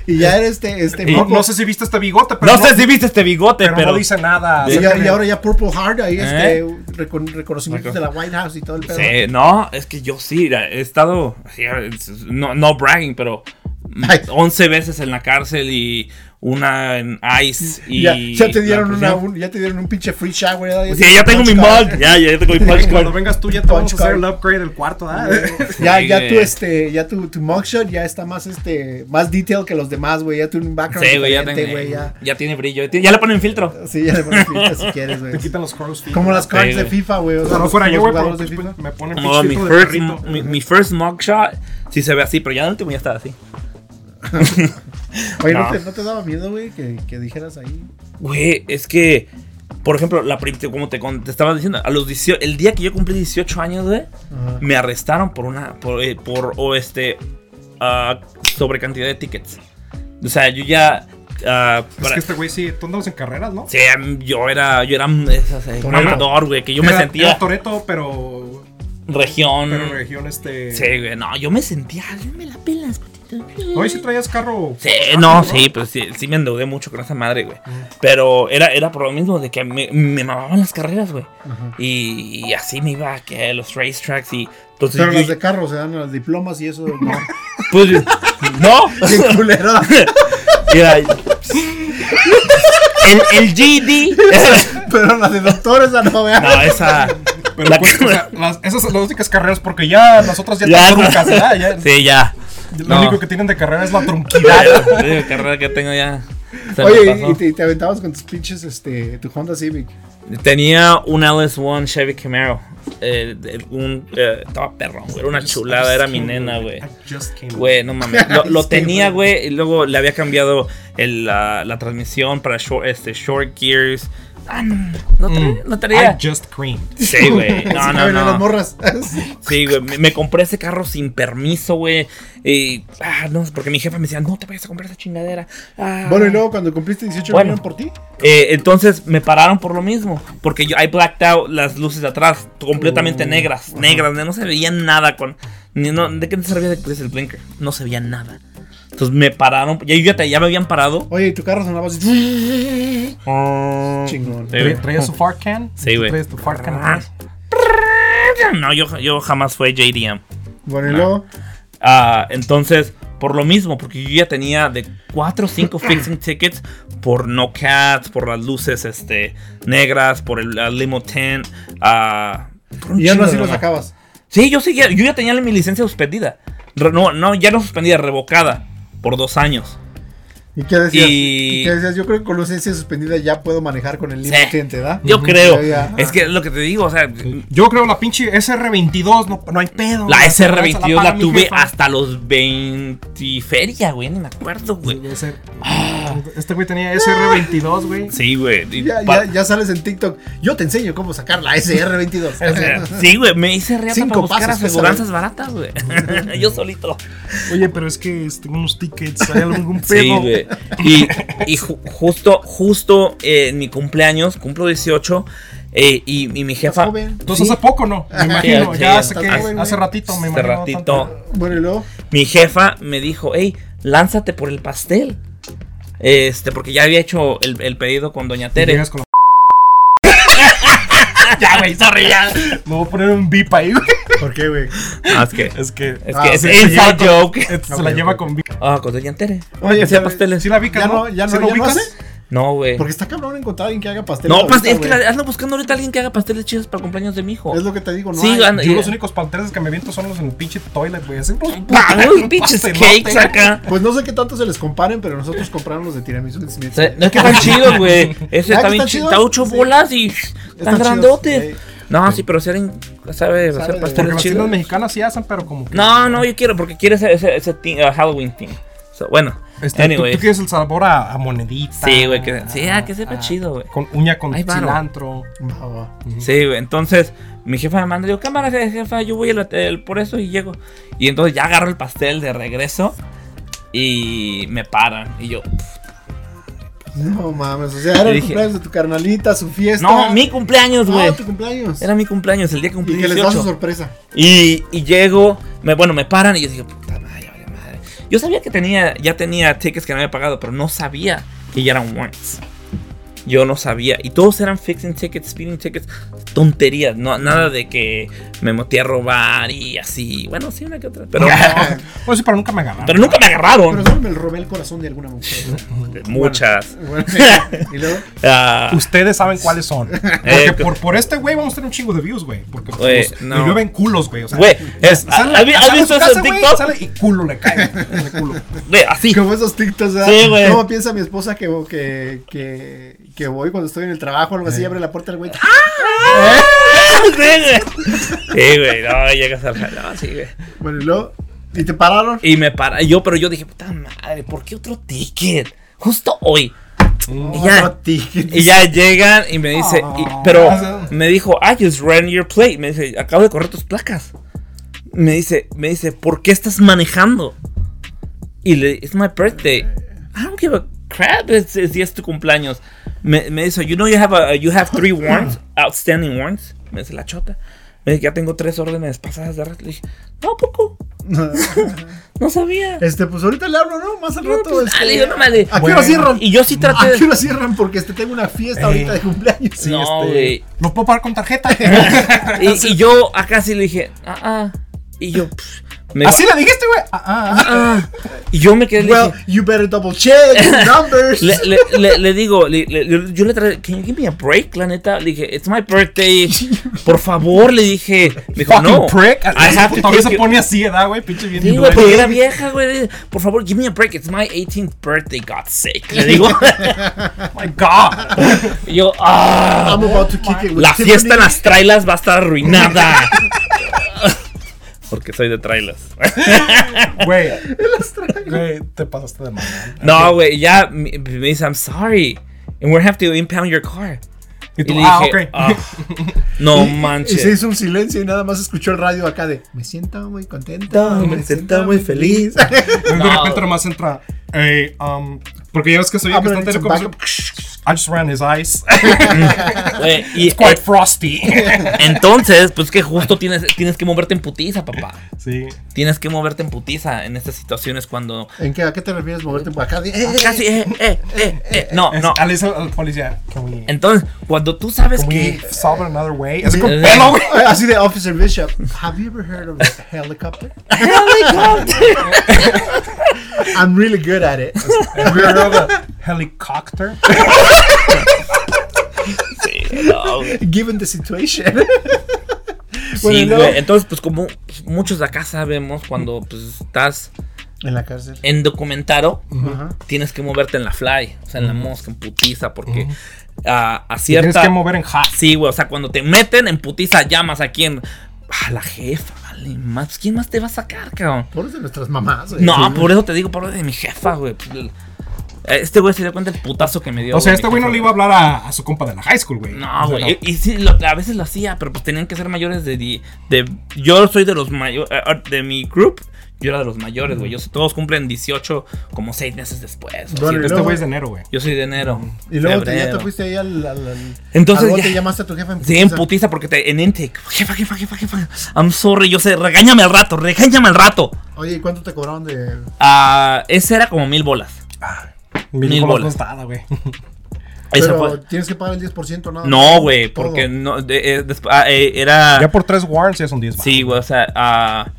Y ya eres este... este No, purple- no sé si viste este bigote, pero. No sé si viste este bigote, pero, pero. no dice nada. y, ya- y ahora ya Purple Heart, ahí este ¿Eh? recon- reconocimientos de la White House y todo el pedo. Sí, no, es que yo sí, mira, he estado, sí, es- no, no bragging, pero mm, Ay. 11 veces en la cárcel y una en ICE. Y Ya, ya te dieron la una, prisión. un, ya te dieron un pinche free shower. ya- Sí, ya tengo mi mug, ya, ya tengo mi punch Cuando card. vengas tú ya te vamos a Punch hacer card. el upgrade del cuarto, ¿ah? Ya, Sí, ya güey. tu este, ya tu, tu mugshot ya está más este, más detail que los demás, güey. Ya tu background Sí, güey, ya, diferente, tengo- güey, ya. ya tiene brillo, ya tiene- ya le ponen filtro. Sí, ya le pones filtro si quieres, güey. Te quitan los crows. feet. Como las cards de güey. FIFA, güey. O sea, No, no los- fuera los yo, güey, pero jugadores de pues, me pone pinche No, mi, filtro de first, perrito. mi, mi first mug shot sí se ve así, pero ya el último ya está así. FIFA. Oye, ¿no, No. te, no te daba miedo, güey, que, que dijeras ahí? Güey, es que, por ejemplo, la prim- como te, con- te estaba diciendo, a los 18, el día que yo cumplí 18 años, güey, me arrestaron por una, por, eh, por, o este, ah, sobre cantidad de tickets. O sea, yo ya, ah, Es para- que este güey sí, tú andabas en carreras, ¿no? sí, em, yo era, yo era mm, es- es- es, Torero. mamador, güey, que yo me Era- sentía Era Toreto, pero. región. Pero en región este. Sí, güey, no, yo me sentía, yo me la pelas, patito. Hoy sí traías carro. Sí, no, sí, pues sí, sí me endeudé mucho con esa madre, güey. Pero era, era por lo mismo de que me, me mamaban las carreras, güey. Y, y así me iba a que los racetracks y. Entonces, Pero yo- las de carro se dan los diplomas y eso, no. pues, no. Bien culero. Mira, el, el GD. Pero las de doctores, ah, no, vean. No, esa. Pero la- pues, o sea, las- esas son las únicas carreras porque ya las otras ya, ya, están truncas, ¿verdad? Ya, Sí, ya. Lo no. único que tienen de carrera es la Ya, trunquidad. la única carrera que tengo ya. se me Oye, pasó. y te, y te aventabas con tus pinches, este, tu Honda Civic. Tenía un LS1 Chevy Camaro. Eh, de- un, eh, estaba perrón, güey. Era una Pues, chulada, era mi nena, güey. Güey, no mames. Lo, lo Sí, tenía, güey, y luego le había cambiado el, la, la transmisión para short, este, short gears. Ah, no, no, Mm. tra- no traía. I just creamed. Sí, güey. Así No, que no, ven a las no. morras. Sí, güey. Me, me compré ese carro sin permiso, güey. Y, ah, no, porque mi jefa me decía, no te vayas a comprar esa chingadera. Ah. Bueno, y luego cuando cumpliste 18 Bueno. vinieron por ti. Eh, entonces me pararon por lo mismo. Porque yo, I blacked out las luces de atrás, completamente negras, negras, no se veía nada con. ni- no, ¿De qué te servía de que pusiese el blinker? No se veía nada. Entonces me pararon, ya, ya, te- ya me habían parado. Oye, y tu carro sonaba así. Ah. Chingón. Sí, güey. ¿Traías tu fart can? Sí, güey. ¿Traías tu fart can atrás? No, yo, yo jamás fue JDM. Bueno, y luego. Ah, entonces, por lo mismo, porque yo ya tenía de 4 o 5 fixing tickets por no cats, por las luces este, negras, por el la limo tent. ah, por un Y ya no chingo así de lo mamá. sacabas. Sí, yo seguía, yo ya tenía mi licencia suspendida. Re- no, no, ya no suspendida, revocada por dos años. ¿Y qué decías? Y- ¿Y qué decías? Yo creo que con licencia suspendida ya puedo manejar con el límite Sí. cliente, ¿verdad? Yo Ujú. creo. Ya, ya. Es que es lo que te digo, o sea, Yo creo la pinche SR22, no, no hay pedo. la güey. SR22 la, paga mi tuve jefa. hasta los 20 feria, güey, ni me acuerdo, güey. Debe ser. Este güey tenía SR22, güey. Sí, güey. y Ya, pa- ya- ya sales en TikTok. Yo te enseño cómo sacar la SR22. o sea, sí, güey, me hice reata para Cinco buscar pasos, aseguranzas baratas, güey. Yo solito. Oye, pero es que tengo unos tickets, hay algún pedo. Sí, güey. Y, y ju- justo, justo eh, en mi cumpleaños, cumplo 18, eh, y, y mi jefa. joven. Entonces Sí. hace poco, ¿no? Me imagino. ya sí, sí, Ah, hace, que, entonces- hace ratito, me Hace imagino. ratito. Bueno, y luego. mi jefa me dijo, hey, lánzate por el pastel. Este, porque ya había hecho el, el pedido con Doña Te Tere. llegas con la- ya, güey, sorry, ya. Me voy a poner un beep ahí, güey. ¿Por qué, güey? Ah, es que, es Es que. que Ah, es sí, se inside lleva con- joke. este se Ok, la ok, lleva ok. con beep. Ah, con Doña Tere. Oye, Hacía pero- pasteles. ¿Sí la ubicas, Ya no? no, ya ¿Sí no, la ya no ubicas? hace. No, güey. Porque está cabrón encontrar a alguien que haga pasteles. No, ahorita, pues, es que güey. la- ando buscando ahorita a alguien que haga pasteles chidos para el cumpleaños de mi hijo. Es lo que te digo, ¿no? Sí, hay. anda- Yo Eh. los únicos panteras que me viento son los en el pinche toilet, güey. Así, unos Pa- uy, pinches pastelote. cakes acá. Pues no sé qué tanto se les comparen, pero nosotros compramos los de tiramisú. de O Smith. sea, no es que están chidos, güey. Ese Ah, está que bien están chido. chidos, Está ocho sí. bolas y Están están chidos, grandotes. eh. No, sí, pero si alguien sabe hacer de- Porque pasteles las chidos. tiendas mexicanas sí hacen, pero como. que- No, no, yo quiero porque quiero ese, ese, ese ti- uh, Halloween thing. So, bueno, Este, tú- anyway. ¿tú, quieres el sabor a, a monedita. Sí, güey, que- sí, ah, a- que sepa a- chido, güey. Con uña con Ay, varo. cilantro. Va, va. Sí, güey. Entonces, mi jefa me manda, le digo, cámara, je- jefa, yo voy al hotel por eso y llego. Y entonces ya agarro el pastel de regreso y me paran. Y yo, No mames, o sea, era Le el dije- cumpleaños de tu carnalita, su fiesta. no, mi cumpleaños, Ah, güey. tu cumpleaños. Era mi cumpleaños, el día que cumplí y que les da su 18. sorpresa. Y, y llego, me, bueno, me paran y yo digo, puta madre, vale madre. Yo sabía que tenía, ya tenía tickets que no había pagado, pero no sabía que ya eran warrants. Yo no sabía. Y todos eran fixing tickets, speeding tickets, tonterías. No, nada de que me metí a robar y así. Bueno, sí, una que otra. Pero, Pues sí, pero nunca me ganaron. pero nunca me Pero agarraron. solo me robé el corazón de alguna mujer. Muchas. Bueno, y luego, Ah, Ustedes saben cuáles son. Eh, Porque por, por este güey vamos a tener un chingo de views, güey. Porque Güey, los- no. le llueven culos, güey. O sea, Güey, es- sale- ¿has vi- has sale de visto su eso casa, en güey, TikTok? Sale y culo le cae. güey, de culo. ve, así. como esos TikToks, ¿verdad? Sí, güey. ¿Cómo piensa mi esposa que, que, que, que voy cuando estoy en el trabajo o algo así? Abre la puerta el güey. Sí, güey. Sí, güey. No, llegas al jalón, sí, güey. Bueno, y luego, y te pararon. Y me para yo, pero yo dije, puta madre, ¿por qué otro ticket? Justo hoy. Y Mm. Otro ya, ticket. Ah. y ya llegan y me dice, y- pero me dijo, I just ran your plate. Me dice, acabo de correr tus placas. Me dice, me dice, ¿por qué estás manejando? Y le, it's my birthday. I don't give a crap. It's, it's, es tu cumpleaños. Me, me dice, you know you have a, you have three warrants, outstanding warrants. Me dice la chota. Me dice, ya tengo tres órdenes pasadas de arresto. Le dije, no, poco. No sabía. Este, pues ahorita le hablo, ¿no? Más al No, rato. pues, este, dale, yo no me- ¿A qué Bueno. hora cierran? Y yo sí traté ¿A de- Eh. qué hora cierran? Porque este, tengo una fiesta ahorita de cumpleaños. Sí, No, este, güey. ¿Lo puedo pagar con tarjeta? Y, y yo acá sí le dije, ah, ah. Y yo, pff, me- Así le dijiste, güey. Ah, ah, ah. ah. Y yo me quedé, le Well, dije, you better double check your numbers. le, le- le- le digo, le- le- le- yo le traje, can you give me a break? La neta, le dije, it's my birthday. Por favor, le dije. Me dijo, Fucking no. prick. I have to Todavía take se you- pone así, ¿verdad, güey? Pinche bien. Sí, güey, duro. porque era vieja, güey. Por favor, give me a break. It's my 18th birthday, God's sake. Le digo. Oh My God. Y yo, ah. I'm about to kick it with La Tiffany. fiesta en las trailas va a estar arruinada. Porque soy de trailas. Güey. Güey, te pasaste de mal. No, güey, ya me, me dice, I'm sorry. And we're have to impound your car. Y tú, le ah, dije, ok. "Ah, no Y se manches. hizo un silencio y nada más escuchó el radio acá de Me siento muy contenta, Me siento muy feliz". Y de No. repente nomás entra. eh, um, porque ya ves que soy Ah, que pero está dice telecomunicación. I just ran his eyes. Güey, y, Quite frosty. eh, entonces, pues que justo tienes, tienes que moverte en putiza, papá. sí. Tienes que moverte en putiza en estas situaciones cuando. ¿En qué, ¿A qué te refieres moverte por acá? De, eh, Casi, eh, eh, eh, eh. No, Es- no. ah, Le dice al policía. Can we, Entonces, cuando tú sabes can we que. solve it another way? Así con Eh, pelo, güey. eh, Así de Officer Bishop Have you ever heard of a helicopter? I'm really good at it We're on a helicopter. Sí, no, güey. Given the situation Sí, Bueno, güey. no. Entonces, pues como muchos de acá sabemos cuando pues, estás En la cárcel. en documentado, Ajá. tienes que moverte en la fly, o sea, en la mosca, en putiza, porque ah, a Tienes cierta. que mover en hot. Sí, güey, o sea, cuando te meten en putiza, llamas a quién. A la jefa, vale, más. ¿Quién más te va a sacar, cabrón? Pobres de nuestras mamás, güey. No, por eso te digo, por lo de mi jefa, güey. pues, Este güey se dio cuenta del putazo que me dio. O sea, mi este güey no jefa, le iba a hablar a, a su compa de la high school, güey. No, O sea, güey. Y, y sí, lo- a veces lo hacía, pero pues tenían que ser mayores de. di- de yo soy de los mayores. De mi group, yo era de los mayores, güey. Yo sé- Todos cumplen 18 como 6 meses después. o Bueno, así. y Este luego- güey es de enero, güey. Yo soy de enero. Y luego te- ya febrero. te fuiste ahí al. al, al- Entonces al bote ya- y llamaste a tu jefe en Sí, en putiza. putiza porque te, en intake. Jefa, jefa, jefa, jefa. I'm sorry, yo sé. Regáñame al rato, regáñame al rato. Oye, ¿y cuánto te cobraron de.? Ah, ese era como mil bolas. Mil, Ah, Mil bolas bolas. costada, güey. Ese Pero fue- tienes que pagar el 10% nada. No, güey, Todo. porque no, de- eh, desp- ah, eh, era. Ya por tres warrants ya son 10 Sí, güey, o sea, ah,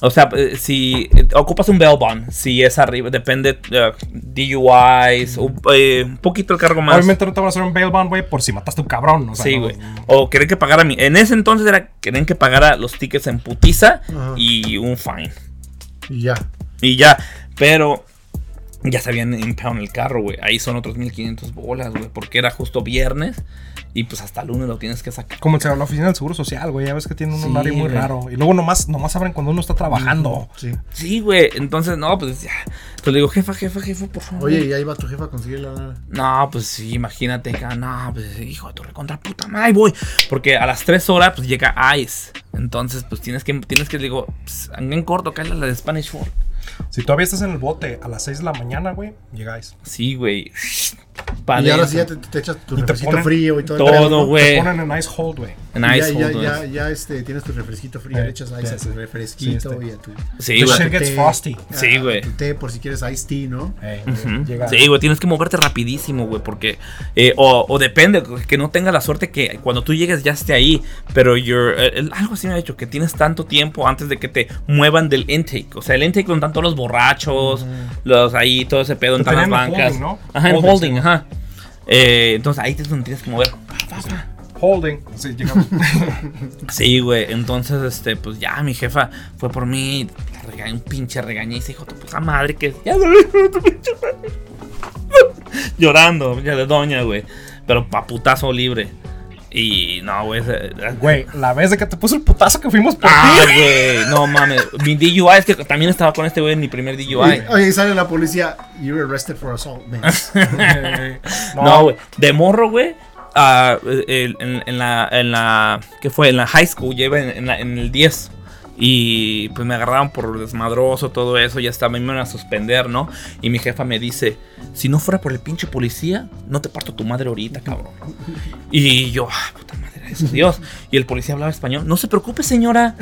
o sea, eh, si eh, ocupas un bail bond, si es arriba, depende eh, DUIs, un, eh, un poquito el cargo más. Obviamente no te van a hacer un bail bond, güey, por si mataste a un cabrón. O sea, sí, no- güey. O querían que pagara mi. En ese entonces era querían que pagara los tickets en putiza Ajá. y un fine. Y ya. Y ya, pero ya se habían impound el carro, güey. Ahí son otros 1500 bolas, güey, porque era justo viernes y pues hasta lunes lo tienes que sacar. Como el- la oficina del Seguro Social, güey. Ya ves que tiene un Sí, horario muy güey. raro. Y luego nomás, nomás abren cuando uno está trabajando. Sí. Sí, güey. Entonces, no, pues ya. Entonces le digo, jefa, jefa, jefa, por favor. Oye, y ahí va tu jefa a conseguir la lana. No, pues sí, imagínate acá, no, pues hijo de tu recontra puta madre, ahí voy. Porque a las 3 horas pues llega ICE. Entonces, pues tienes que, tienes que, digo, pues, anda en corto, cállate la de Spanish Ford. Si todavía estás en el bote a las 6 de la mañana, güey, llegáis. Sí, güey. Y ahora Padre. sí ya te, te echas tu Y te refresquito ponen frío y todo. el todo, pedo, ¿no? güey. Te ponen en ice hold, güey. En Y Ya, ICE. ya, hold, ya, güey. ya, este, tienes tu refresquito frío. Eh, Le echas ice ya, a tu sí. refresquito Sí, este. y a tu. Sí, The güey. shit gets té. frosty. Sí, a- a güey. tu té, por si quieres ice tea, ¿no? Eh, Ujú. llegas. Sí, güey, tienes que moverte rapidísimo, güey, porque... eh, o, o depende, que no tengas la suerte que cuando tú llegues ya esté ahí, pero you're, eh, el- algo así me ha dicho, que tienes tanto tiempo antes de que te muevan del intake. O sea, el intake donde están todos los borrachos, los ahí, todo ese pedo, Te en todas tenían las en bancas. holding, ¿no? Ajá, en Holding, holding, ajá. Eh, entonces ahí es donde tienes que mover. Pa, pa, pa. Holding. Sí, llegamos. Sí, güey. Entonces, este, pues ya mi jefa fue por mí. la regañé, un pinche regañiza, hijo de puta madre, que ya no tu pinche madre. Llorando, ya de doña, güey. Pero paputazo libre. Y no, güey. ese- Güey, la vez de que te puso el putazo que fuimos por Ah, ti. güey. No mames. Mi DUI es que también estaba con este güey en mi primer DUI. Y- oye, y sale la policía. You were arrested for assault, man. No, güey. De morro, güey. ah, el- en, en la, en la. ¿Qué fue? En la high school. Lleva en, en la- en el 10. Y pues me agarraron por desmadroso, todo eso. Ya hasta me iban a suspender, ¿no? Y mi jefa me dice: Si no fuera por el pinche policía, no te parto tu madre ahorita, cabrón. Y yo, ah, puta madre, eso, Dios. Y el policía hablaba español: No se preocupe, señora.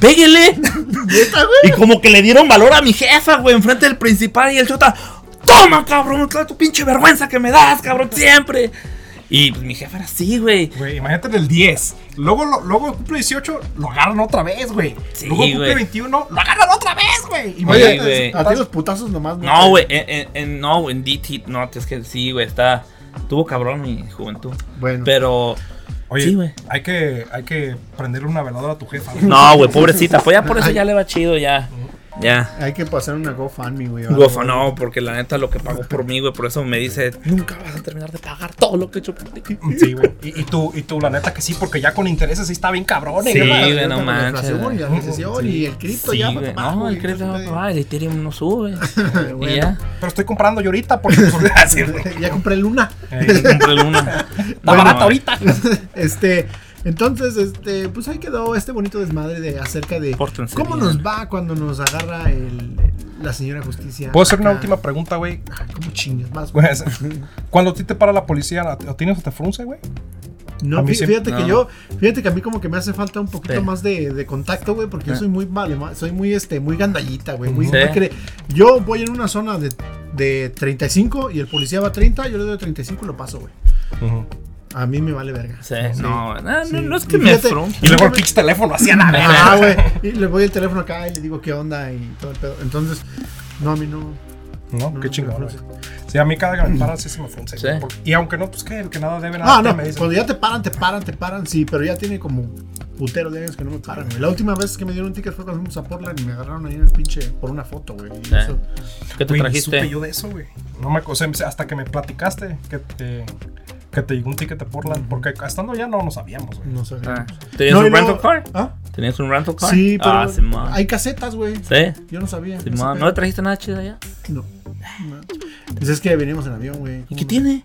Péguele. Y como que le dieron valor a mi jefa, güey, enfrente del principal y el chota. Toma, cabrón, toda tu pinche vergüenza que me das, cabrón, siempre. Y pues mi jefa era así, güey. Güey, imagínate del 10. Luego, lo- luego cumple 18, lo agarran otra vez, güey. Sí, luego cumple güey. 21, lo agarran otra vez, güey. Oye, Imagínate. güey. a ti los putazos nomás. No, güey, en, en- en- no, güey, en DT, no, es que sí, güey, está. Tuvo cabrón mi juventud. Bueno. Pero. Oye, Sí, güey. hay, que, hay que prenderle una veladora a tu jefa. güey. No, güey, pobrecita. Pues ya por eso ya le va chido, ya. Ya. Hay que pasar una GoFundMe, güey. o algo. Gofa, no, porque la neta lo que pagó por mí, güey, por eso me dice, nunca vas a terminar de pagar todo lo que he hecho por ti. Sí, güey. Y, y tú, y tú, la neta que sí, porque ya con intereses sí está bien cabrón. eh, Sí, güey. güey, Ahorita no con la manches, inflación güey. Y la recesión y el cripto Sí, ya. güey. para abajo, No, el güey, crédito entonces, no, el Ethereum no sube. Bueno. Y ya. Pero estoy comprando yo ahorita porque pues, Ah, voy a decir, güey. Ya compré Luna. Ahí compré el uno. Está Bueno. barato ahorita. este, entonces, este, pues ahí quedó este bonito desmadre de acerca de Pórtense cómo bien. nos va cuando nos agarra el, la señora justicia. ¿Puedo hacer una Acá. última pregunta, güey? Ah, ¿Cómo chingas? Vas, güey. Pues, Cuando a ti te para la policía, ¿la- ¿o tienes o te frunce, güey? a No, mí fí- siempre- fíjate no. que yo, fíjate que a mí como que me hace falta un poquito Sí. más de, de contacto, güey, porque yo Sí. soy muy vale, ma- soy muy este, muy gandallita, güey, muy, Sí. muy cre- Yo voy en una zona de, de 35 y el policía va a 30, yo le doy 35 y lo paso, güey. A mí me vale verga. Sí, no, no, Sí. no, no es que Y me fíjate- frunce. Y luego el pinche teléfono hacía nada. Ah, güey. Y le voy el teléfono acá y le digo qué onda y todo el pedo. Entonces, no, a mí no. No, qué no, chingón, no, güey. Sí, a mí cada que me paran sí se me frunce. Sí. güey, porque- Y aunque no, pues que el que nada debe nada Ah, no. teme, dice. Cuando ya te paran, te paran, te paran, sí, pero ya tiene como putero de años que no me paran, güey. La última vez que me dieron un ticket fue cuando fuimos a Portland y me agarraron ahí en el pinche por una foto, güey. Y Eh. eso- ¿Qué te Güey, ni supe trajiste? yo de eso, güey. No me, o sea, hasta que me platicaste que te, que te llegó un ticket de Portland, porque estando allá no lo sabíamos, güey. No sé. Ah, ¿Tienes ¿Tenías un rental car? ¿Ah? ¿Tenías un rental car? Sí, pero Ah, Simón. hay casetas, güey. Sí, Yo no sabía. Simón. ¿No le trajiste nada chido allá? No. no. Pues es que venimos en avión, güey. ¿Y qué tiene?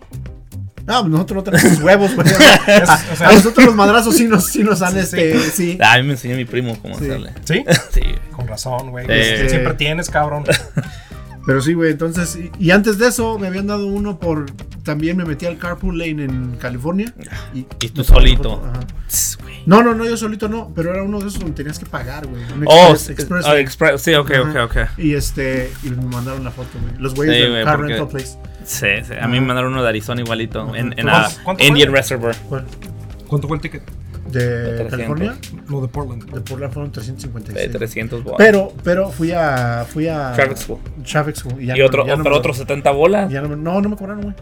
Ah, pues nosotros no tenemos huevos, güey. Es- Es- o sea, A nosotros los madrazos sí nos, sí nos han, este, sí. Ah, a mí me enseñó mi primo cómo hacerle. ¿Sí? Sí, güey. Con razón, güey. Eh. Siempre tienes, cabrón. Pero sí, güey, entonces, y, y antes de eso me habían dado uno por, también me metí al carpool lane en California. Y, Y tú solito. Ajá. Tss, güey. No, no, no, yo solito no, pero era uno de esos donde tenías que pagar, güey. Un Oh, Express- sí, Express, ah, Express. Sí, ok, ok, Ajá. ok. Y este, y me mandaron la foto, güey. Los güeyes Sí, del güey, Car porque- Rental Place. Sí, sí. A mí me mandaron uno de Arizona igualito. En, en ¿Cuánto- ah, cuánto Indian Reservoir. ¿Cuál? ¿Cuánto fue el ticket? De 300. California. Lo de Portland. De Portland fueron De 356. 300 bolas. Pero, pero fui a, fui a. Traffic School. Traffic School, ya Y no- otro, ya no pero me- otros 70 bolas. ya no, me- no, no me cobraron, güey.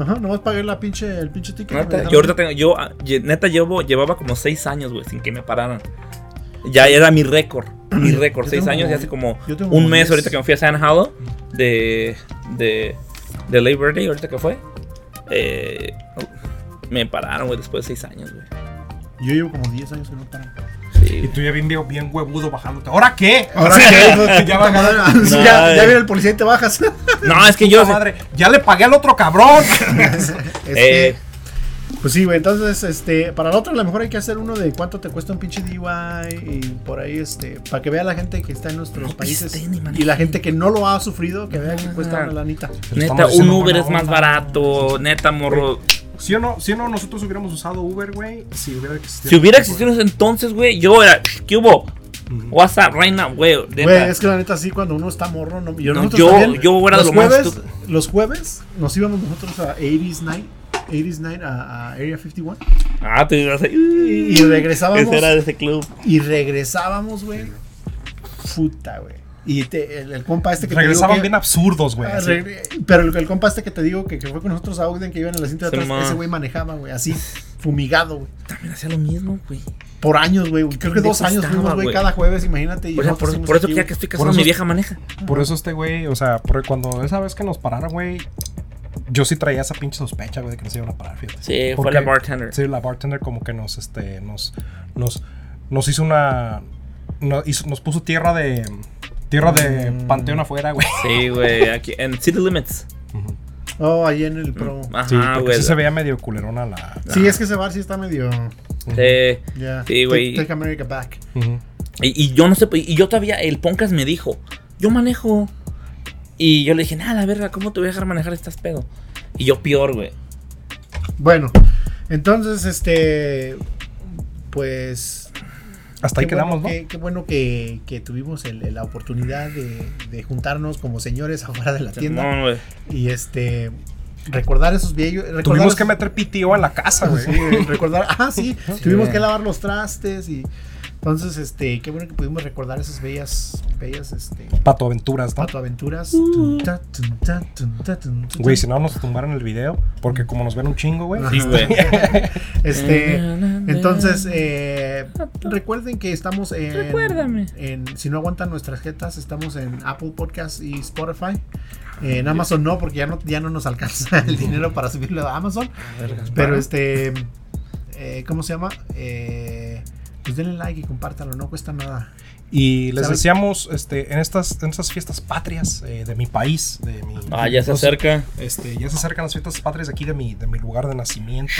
Ajá, nomás pagué la pinche, el pinche ticket. Neta, me dejaron- yo Ah. ahorita tengo, yo ah, ye- neta llevo, llevaba como 6 años, güey, sin que me pararan. Ya era mi récord, mi récord, Yo 6 tengo años, como- y hace como yo tengo un como mes 10. ahorita que me fui a San Hollow de, de, de Labor Day, ahorita que fue. eh, me pararon, güey, después de 6 años, güey. Yo llevo como 10 años que no paran. Sí, Y güey. tú ya bien, viejo, bien huevudo bajándote. ¿Ahora qué? Ahora que ya va a ganar. ya, ya, viene el policía y te bajas. No, es que yo... Puta madre, ya le pagué al otro cabrón. Este, Eh. Pues sí, güey. Entonces, este, para la otra, a lo mejor hay que hacer uno de cuánto te cuesta un pinche DIY. Y por ahí, este, para que vea la gente que está en nuestros No países. pisten ni manejen. Y la gente que no lo ha sufrido, que vea que cuesta Ajá. una lanita. Neta, un Uber es más barato. barato, neta, morro. Si o no, si o no nosotros hubiéramos usado Uber, güey, si hubiera existido. Si hubiera existido en ese entonces, güey, yo era... ¿Qué hubo? Ujú. WhatsApp, right now, güey. neta. Güey, es que la neta sí, cuando uno está morro, no, yo, No, nosotros yo- también, yo era los lo más jueves, estúpido. Los jueves nos íbamos nosotros a 80s Night, 80s Night a, a Area 51 Ah, tú ibas a... y regresábamos Ese era de ese club. y regresábamos, güey. Puta, güey. Y te- el, el compa este que te digo Regresaban que- bien absurdos, güey. Ah, así. regre- Pero el, el compa este que te digo que, que fue con nosotros a Ogden que iban en la cinta de Sí, atrás, ma. ese güey manejaba, güey, así fumigado, güey. También hacía lo mismo, güey. Por años, güey. Creo que dos pendejo años estaba, fuimos, güey, güey. cada jueves, imagínate. y O sea, nosotros por, fuimos por eso aquí, que ya güey. que estoy Por casado, eso- mi vieja maneja. Por eso este güey, o sea, porque cuando esa vez que nos pararon, güey, yo sí traía esa pinche sospecha, güey, de que nos iban a parar, fíjate. Sí, fue Porque- la bartender. Sí, la bartender como que nos, este, nos, nos, nos hizo una, no- hizo- nos puso tierra de, tierra de Mm. panteón afuera, güey. Sí, güey, aquí en City Limits. Ujú. Oh, ahí en el pro. Mm, Sí, Ajá, porque Ah, güey. sí se veía medio culerona la... Sí, ah. es que ese bar sí está medio. Sí. Ya. Sí, güey. Take, take America back. Ujú. Y, y yo no sé, y yo todavía, el Poncas me dijo, yo manejo. Y yo le dije, nada, la verga, ¿cómo te voy a dejar manejar estás pedo? Y yo peor, güey. Bueno, entonces, este. Pues. Hasta ahí qué bueno quedamos, ¿no? que- Qué bueno que, que tuvimos el- la oportunidad de, de juntarnos como señores afuera de la tienda. No, güey. Y este. Recordar esos viejos. recordar Tuvimos que esos- meter PTO en la casa, güey. Sí, güey, recordar. Ah, sí, tuvimos güey. que lavar los trastes y. Entonces, este, qué bueno que pudimos recordar esas bellas, bellas, este, Pato Aventuras, ¿no? patoaventuras. Uh. Güey, si no nos tumbaron el video, porque como nos ven un chingo, güey. Sí, güey. Este, entonces, eh, recuerden que estamos en, Recuérdame. en- si no aguantan nuestras jetas, estamos en Apple Podcast y Spotify. Eh, En Amazon no, porque ya no, ya no nos alcanza el dinero para subirlo a Amazon. Pero este, eh, ¿cómo se llama? Eh, pues denle like y compártanlo, no cuesta nada. Y les ¿Saben? deseamos este, en, estas, en estas fiestas patrias eh, de mi país, de mi... Ah, ya se Entonces, acerca. Este, ya se acercan las fiestas patrias de aquí de mi, de mi lugar de nacimiento,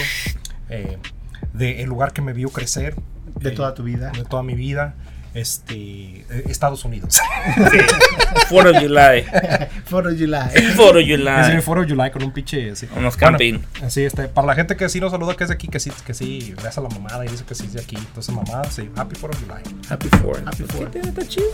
eh, del lugar que me vio crecer. De eh, toda tu vida. De toda mi vida. Este, eh, Estados Unidos. Foro July. For July. Foro Es el July. foro de July con un pinche. así. Ah, eh. Unos Bueno, camping. así, este, para la gente que sí nos saluda, que es de aquí, que sí, que sí, le hace la mamada y dice que sí es de aquí. Entonces, mamada, sí, happy 4 of July. Happy Foro. Happy Fourth. Está chido.